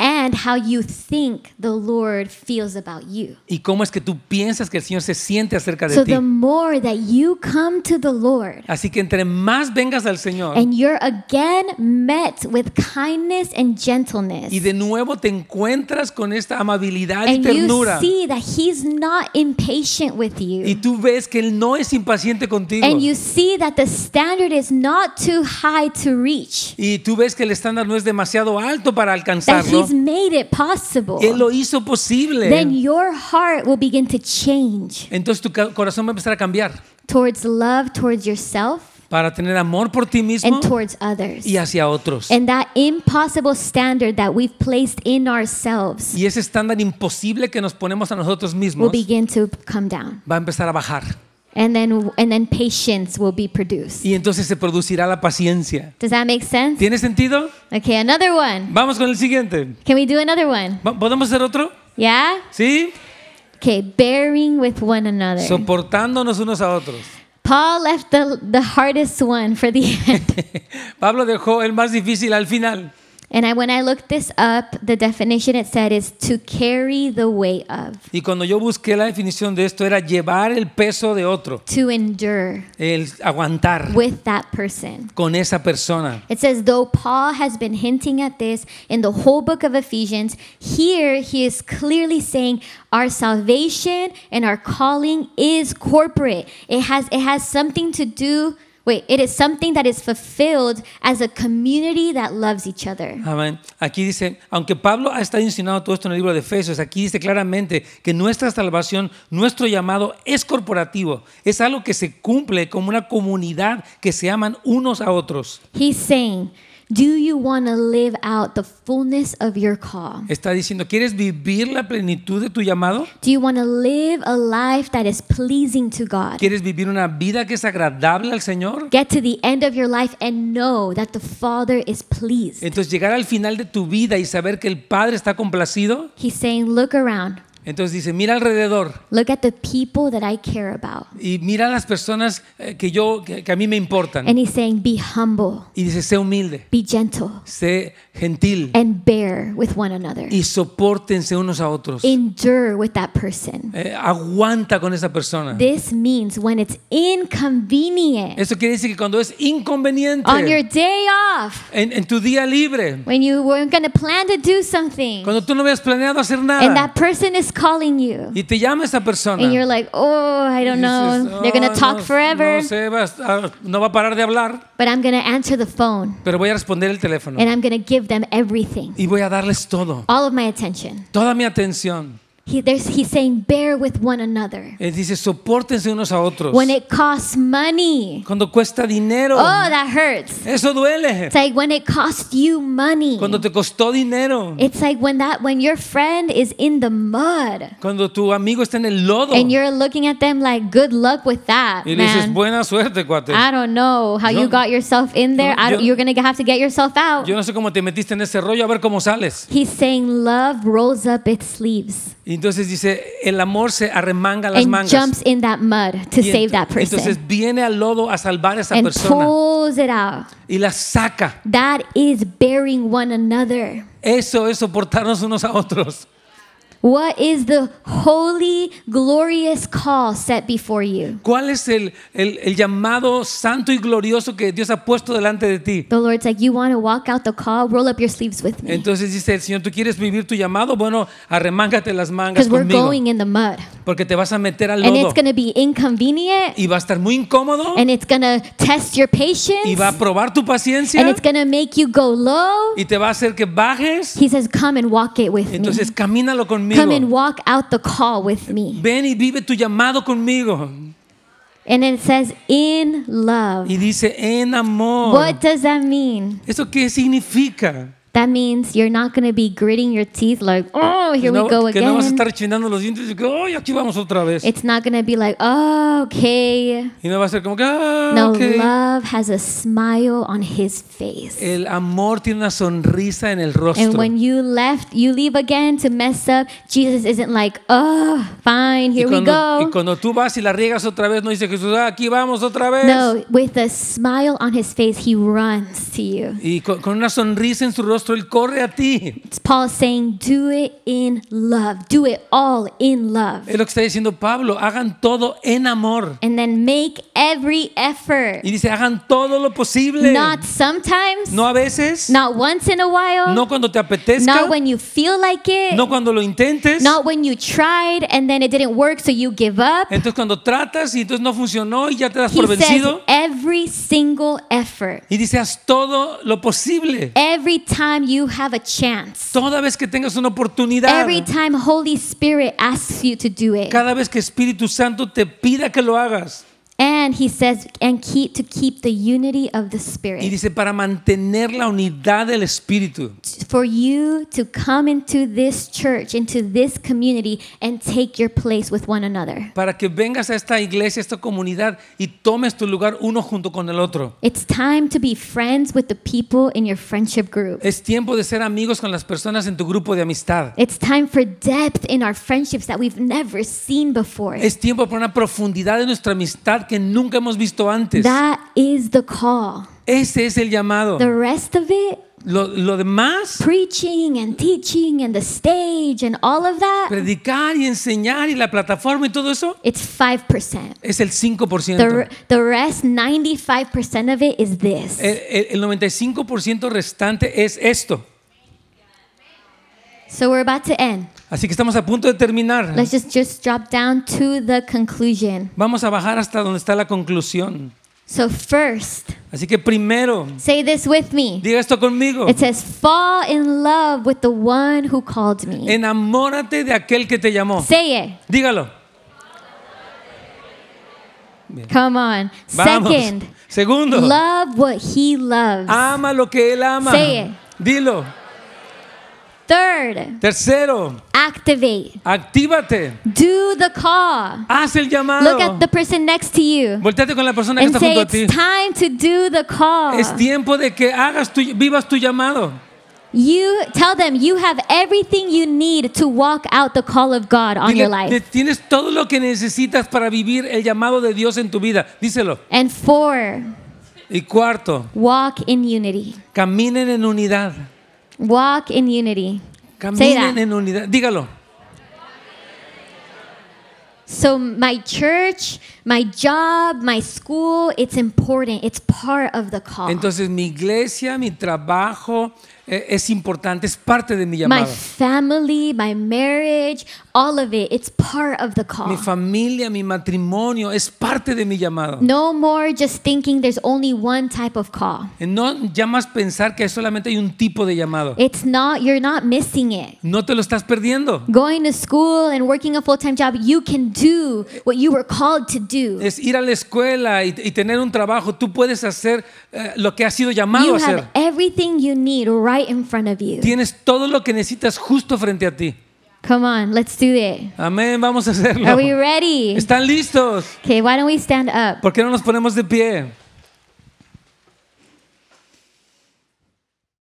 [SPEAKER 1] and how you think the Lord feels about you.
[SPEAKER 2] y cómo es que tú piensas que el Señor se siente acerca de
[SPEAKER 1] So
[SPEAKER 2] ti.
[SPEAKER 1] the more that you come to the Lord
[SPEAKER 2] Así que entre más vengas al Señor
[SPEAKER 1] and you're again met with kindness and gentleness,
[SPEAKER 2] y de nuevo te encuentras con esta amabilidad y
[SPEAKER 1] and you
[SPEAKER 2] ternura
[SPEAKER 1] see that He's not impatient with
[SPEAKER 2] y
[SPEAKER 1] you.
[SPEAKER 2] tú ves que Él no es impaciente contigo.
[SPEAKER 1] And you see that the standard is not too high to reach.
[SPEAKER 2] y tú ves que el estándar no es demasiado alto para
[SPEAKER 1] That
[SPEAKER 2] alcanzarlo,
[SPEAKER 1] he's made it possible,
[SPEAKER 2] Él lo hizo posible.
[SPEAKER 1] then your heart will begin to change
[SPEAKER 2] Entonces tu ca- corazón va a empezar a cambiar
[SPEAKER 1] towards love, towards yourself,
[SPEAKER 2] para tener amor por ti mismo
[SPEAKER 1] and towards others.
[SPEAKER 2] y hacia otros.
[SPEAKER 1] And that impossible standard that we've placed in ourselves
[SPEAKER 2] Y ese estándar imposible que nos ponemos a nosotros
[SPEAKER 1] will
[SPEAKER 2] mismos
[SPEAKER 1] begin to come down.
[SPEAKER 2] va a empezar a bajar.
[SPEAKER 1] And then and then patience will be produced.
[SPEAKER 2] Y entonces se producirá la paciencia.
[SPEAKER 1] Does that make sense?
[SPEAKER 2] ¿Tiene sentido?
[SPEAKER 1] Okay, another one.
[SPEAKER 2] Vamos con el siguiente.
[SPEAKER 1] Can we do another one?
[SPEAKER 2] Va- ¿Podemos hacer otro?
[SPEAKER 1] Yeah?
[SPEAKER 2] ¿Sí?
[SPEAKER 1] Okay, bearing with one another.
[SPEAKER 2] Soportándonos unos a otros.
[SPEAKER 1] Paul left the, the hardest one for the end.
[SPEAKER 2] Pablo dejó el más difícil al final.
[SPEAKER 1] and I, when I looked this up, the definition it said is to carry the weight of,
[SPEAKER 2] Y cuando yo busqué la definición de esto era llevar el peso de otro,
[SPEAKER 1] to endure
[SPEAKER 2] el aguantar
[SPEAKER 1] with that person.
[SPEAKER 2] con esa persona.
[SPEAKER 1] It says, though Paul has been hinting at this in the whole book of Ephesians, here he is clearly saying our salvation and our calling is corporate. It has it has something to do. Wait, it is something that is fulfilled as a community that loves each other.
[SPEAKER 2] Amén. Aquí dice, aunque Pablo ha estado insinuando todo esto en el libro de Efesios, aquí dice claramente que nuestra salvación, nuestro llamado es corporativo, es algo que se cumple como una comunidad que se aman unos a otros.
[SPEAKER 1] He's saying, do you want to live out the fullness of your call?
[SPEAKER 2] Está diciendo, ¿quieres vivir la plenitud de tu llamado?
[SPEAKER 1] Do you want to live a life that is pleasing to God?
[SPEAKER 2] ¿Quieres vivir una vida que es agradable al Señor?
[SPEAKER 1] Get to the end of your life and know that the Father is pleased.
[SPEAKER 2] Entonces llegar al final de tu vida y saber que el Padre está complacido.
[SPEAKER 1] He's saying, look around.
[SPEAKER 2] Entonces dice, mira alrededor
[SPEAKER 1] Look at the people that I care about.
[SPEAKER 2] y mira las personas eh, que yo, que, que a mí me importan.
[SPEAKER 1] And he's saying, be humble,
[SPEAKER 2] Y dice, sé humilde,
[SPEAKER 1] be gentle,
[SPEAKER 2] sé gentil
[SPEAKER 1] and bear with one another.
[SPEAKER 2] y soportense unos a otros.
[SPEAKER 1] Endure with that person.
[SPEAKER 2] Eh, aguanta con esa persona.
[SPEAKER 1] This means when it's inconvenient,
[SPEAKER 2] Eso quiere decir que cuando es inconveniente,
[SPEAKER 1] on your day off,
[SPEAKER 2] en, en tu día libre,
[SPEAKER 1] when you weren't going to plan to do something,
[SPEAKER 2] cuando tú no habías planeado hacer
[SPEAKER 1] and
[SPEAKER 2] nada
[SPEAKER 1] that person is calling you,
[SPEAKER 2] y te llama esa
[SPEAKER 1] and you're
[SPEAKER 2] persona.
[SPEAKER 1] like, oh, I
[SPEAKER 2] y
[SPEAKER 1] don't
[SPEAKER 2] dices,
[SPEAKER 1] know. They're going
[SPEAKER 2] "Oh,
[SPEAKER 1] to talk
[SPEAKER 2] no-
[SPEAKER 1] forever,
[SPEAKER 2] No, sé, va a estar- no va a parar de hablar,
[SPEAKER 1] but I'm going to answer the phone,
[SPEAKER 2] pero voy a responder el teléfono.
[SPEAKER 1] and I'm going to give them everything,
[SPEAKER 2] y voy a darles todo,
[SPEAKER 1] all of my attention.
[SPEAKER 2] toda mi atención.
[SPEAKER 1] He, there's, he's saying, bear with one another.
[SPEAKER 2] Él dice, soportense unos a otros.
[SPEAKER 1] When it costs money,
[SPEAKER 2] Cuando cuesta dinero,
[SPEAKER 1] oh, that hurts.
[SPEAKER 2] eso duele.
[SPEAKER 1] It's like when it costs you money.
[SPEAKER 2] Cuando te costó dinero,
[SPEAKER 1] It's like when that when your friend is in the mud
[SPEAKER 2] cuando tu amigo está en el lodo
[SPEAKER 1] and
[SPEAKER 2] y
[SPEAKER 1] you're looking at them like, good luck with that,
[SPEAKER 2] le dices,
[SPEAKER 1] man. Ah.
[SPEAKER 2] buena suerte, cuate.
[SPEAKER 1] I don't know how
[SPEAKER 2] Yo-
[SPEAKER 1] you got yourself in there.
[SPEAKER 2] Yo-
[SPEAKER 1] I don't,
[SPEAKER 2] yo-
[SPEAKER 1] you're gonna have to get yourself out.
[SPEAKER 2] Yo no sé cómo te metiste en ese rollo, a ver cómo sales.
[SPEAKER 1] He's saying love rolls up its sleeves
[SPEAKER 2] Y entonces dice, el amor se arremanga las
[SPEAKER 1] and
[SPEAKER 2] mangas.
[SPEAKER 1] jumps in that mud to
[SPEAKER 2] Y
[SPEAKER 1] save
[SPEAKER 2] ent-
[SPEAKER 1] that person
[SPEAKER 2] entonces viene al lodo a salvar a esa
[SPEAKER 1] and
[SPEAKER 2] persona
[SPEAKER 1] pulls it out.
[SPEAKER 2] y la saca.
[SPEAKER 1] That is bearing one another.
[SPEAKER 2] Eso es soportarnos unos a otros.
[SPEAKER 1] What is the holy, glorious call set before you?
[SPEAKER 2] ¿Cuál es el, el- el llamado santo y glorioso que Dios ha puesto delante de ti?
[SPEAKER 1] The Lord's like, You want to walk out the call? Roll up your sleeves with me.
[SPEAKER 2] Entonces dice el Señor, ¿tú quieres vivir tu llamado? Bueno, arremángate las mangas
[SPEAKER 1] Because we're
[SPEAKER 2] conmigo,
[SPEAKER 1] going in the mud.
[SPEAKER 2] porque te vas a meter al
[SPEAKER 1] And
[SPEAKER 2] lodo
[SPEAKER 1] it's going to be inconvenient.
[SPEAKER 2] y va a estar muy incómodo
[SPEAKER 1] And it's going to test your patience.
[SPEAKER 2] y va a probar tu
[SPEAKER 1] And
[SPEAKER 2] paciencia
[SPEAKER 1] it's going to make you go low.
[SPEAKER 2] y te va a hacer que bajes.
[SPEAKER 1] He says, Come and walk it with me.
[SPEAKER 2] Entonces camínalo
[SPEAKER 1] Come and
[SPEAKER 2] conmigo.
[SPEAKER 1] walk out the call with me.
[SPEAKER 2] Ven y vive tu llamado conmigo.
[SPEAKER 1] And then it says, In love.
[SPEAKER 2] Y dice, en amor.
[SPEAKER 1] What does that mean?
[SPEAKER 2] ¿Eso qué significa?
[SPEAKER 1] That means you're not going to be gritting your teeth like, Oh,
[SPEAKER 2] Que
[SPEAKER 1] here
[SPEAKER 2] no,
[SPEAKER 1] we go
[SPEAKER 2] que no vas a
[SPEAKER 1] again.
[SPEAKER 2] estar rechinando los dientes y que, "Ay, aquí vamos otra vez.
[SPEAKER 1] It's not going to be like, oh, okay.
[SPEAKER 2] Y no va a ser como que, ah,
[SPEAKER 1] No,
[SPEAKER 2] ok".
[SPEAKER 1] love has a smile on his face.
[SPEAKER 2] El amor tiene una sonrisa en el rostro.
[SPEAKER 1] And when you left, you leave again to mess up. Jesus isn't like, oh, fine,
[SPEAKER 2] y,
[SPEAKER 1] here we
[SPEAKER 2] cuando, y
[SPEAKER 1] go.
[SPEAKER 2] cuando tú vas y la riegas otra vez, no dice Jesús, "Ah, aquí vamos otra vez.
[SPEAKER 1] No, with a smile on his face, he runs to you.
[SPEAKER 2] Y con, con una sonrisa en su rostro, Él corre a ti.
[SPEAKER 1] It's Paul saying, do it in love. Do it all in love.
[SPEAKER 2] Es lo que está diciendo Pablo, hagan todo en amor.
[SPEAKER 1] And then make every effort.
[SPEAKER 2] Y dice, hagan todo lo posible.
[SPEAKER 1] Not sometimes,
[SPEAKER 2] no a veces,
[SPEAKER 1] not once in a while,
[SPEAKER 2] no cuando te apetezca,
[SPEAKER 1] not when you feel like it.
[SPEAKER 2] no cuando lo intentes.
[SPEAKER 1] Not when you tried and then it didn't work, so you give up.
[SPEAKER 2] Entonces cuando tratas y entonces no funcionó y ya te das
[SPEAKER 1] He
[SPEAKER 2] por
[SPEAKER 1] says
[SPEAKER 2] vencido.
[SPEAKER 1] every single effort,
[SPEAKER 2] Y dice, haz todo lo posible.
[SPEAKER 1] every time you have a chance,
[SPEAKER 2] Toda vez que tengas una oportunidad.
[SPEAKER 1] every time Holy Spirit asks you to do it,
[SPEAKER 2] Cada vez que Espíritu Santo te pida que lo hagas.
[SPEAKER 1] And he says, and keep to keep the unity of the
[SPEAKER 2] Y
[SPEAKER 1] Spirit.
[SPEAKER 2] dice, para mantener la unidad del Espíritu.
[SPEAKER 1] For you to come into this church, into this community, and take your place with one another.
[SPEAKER 2] Para que vengas a esta iglesia, a esta comunidad y tomes tu lugar uno junto con el otro.
[SPEAKER 1] It's time to be friends with the people in your friendship group.
[SPEAKER 2] Es tiempo de ser amigos con las personas en tu grupo de amistad.
[SPEAKER 1] It's time for depth in our friendships that we've never seen before.
[SPEAKER 2] Es tiempo para una profundidad de nuestra amistad que nunca hemos visto antes.
[SPEAKER 1] That is the call.
[SPEAKER 2] Ese es el llamado.
[SPEAKER 1] The rest of it,
[SPEAKER 2] Lo, lo demás,
[SPEAKER 1] preaching and teaching and the stage and all of that,
[SPEAKER 2] predicar y enseñar y la plataforma y todo eso,
[SPEAKER 1] it's 5%.
[SPEAKER 2] es el
[SPEAKER 1] The,
[SPEAKER 2] 5%.
[SPEAKER 1] re- the rest, 95% of it, is this.
[SPEAKER 2] El, el- el 95% restante es esto.
[SPEAKER 1] So we're about to end.
[SPEAKER 2] Así que estamos a punto de terminar.
[SPEAKER 1] Let's just, just drop down to the conclusion.
[SPEAKER 2] Vamos a bajar hasta donde está la conclusión.
[SPEAKER 1] So, first,
[SPEAKER 2] Así que primero,
[SPEAKER 1] say this with me.
[SPEAKER 2] diga esto conmigo.
[SPEAKER 1] It says, Fall in love with the one who called me.
[SPEAKER 2] Enamórate de aquel que te llamó.
[SPEAKER 1] Say it.
[SPEAKER 2] Dígalo.
[SPEAKER 1] Come on.
[SPEAKER 2] Vamos.
[SPEAKER 1] Second,
[SPEAKER 2] Segundo,
[SPEAKER 1] love what he loves.
[SPEAKER 2] ama lo que él ama.
[SPEAKER 1] Say it.
[SPEAKER 2] Dilo.
[SPEAKER 1] Third,
[SPEAKER 2] Tercero,
[SPEAKER 1] activate.
[SPEAKER 2] actívate.
[SPEAKER 1] Do the call.
[SPEAKER 2] Haz el
[SPEAKER 1] Look at
[SPEAKER 2] llamado.
[SPEAKER 1] the person next to you
[SPEAKER 2] Volteate con la persona Ah, que
[SPEAKER 1] and
[SPEAKER 2] está
[SPEAKER 1] say,
[SPEAKER 2] junto a ti.
[SPEAKER 1] It's time to do the call.
[SPEAKER 2] Es tiempo de que hagas tu, vivas tu llamado.
[SPEAKER 1] You tell them you have everything you need to walk out the call of God on
[SPEAKER 2] Dile,
[SPEAKER 1] your
[SPEAKER 2] "Te-
[SPEAKER 1] life.
[SPEAKER 2] tienes todo lo que necesitas para vivir el llamado de Dios en tu vida. Díselo.
[SPEAKER 1] And four,
[SPEAKER 2] Y cuarto,
[SPEAKER 1] walk in unity.
[SPEAKER 2] caminen en unidad.
[SPEAKER 1] Walk in unity. Say
[SPEAKER 2] Caminen
[SPEAKER 1] that.
[SPEAKER 2] en unidad. Dígalo.
[SPEAKER 1] So, my church, my job, my school, it's important. It's part of the call.
[SPEAKER 2] Entonces mi iglesia, mi trabajo eh, es importante, es parte de mi
[SPEAKER 1] my
[SPEAKER 2] llamado.
[SPEAKER 1] family, my marriage, all of it, it's part of the call.
[SPEAKER 2] Mi familia, mi matrimonio es parte de mi llamado.
[SPEAKER 1] No more just thinking there's only one type of call.
[SPEAKER 2] Eh, No llamas pensar que solamente hay un tipo de llamado.
[SPEAKER 1] It's not, you're not missing it.
[SPEAKER 2] No te lo estás perdiendo.
[SPEAKER 1] Going to school and working a full time job, you can do what you were called to do.
[SPEAKER 2] Es ir a la escuela y, y tener un trabajo. Tú puedes hacer eh, lo que has sido llamado
[SPEAKER 1] You
[SPEAKER 2] a hacer.
[SPEAKER 1] have everything you need right in front of you.
[SPEAKER 2] Tienes todo lo que necesitas justo frente a ti.
[SPEAKER 1] Come on, let's do it.
[SPEAKER 2] Amén, vamos a
[SPEAKER 1] Are we
[SPEAKER 2] hacerlo.
[SPEAKER 1] ready?
[SPEAKER 2] ¿Están listos?
[SPEAKER 1] Okay, why don't we stand up?
[SPEAKER 2] ¿Por qué no nos ponemos de pie?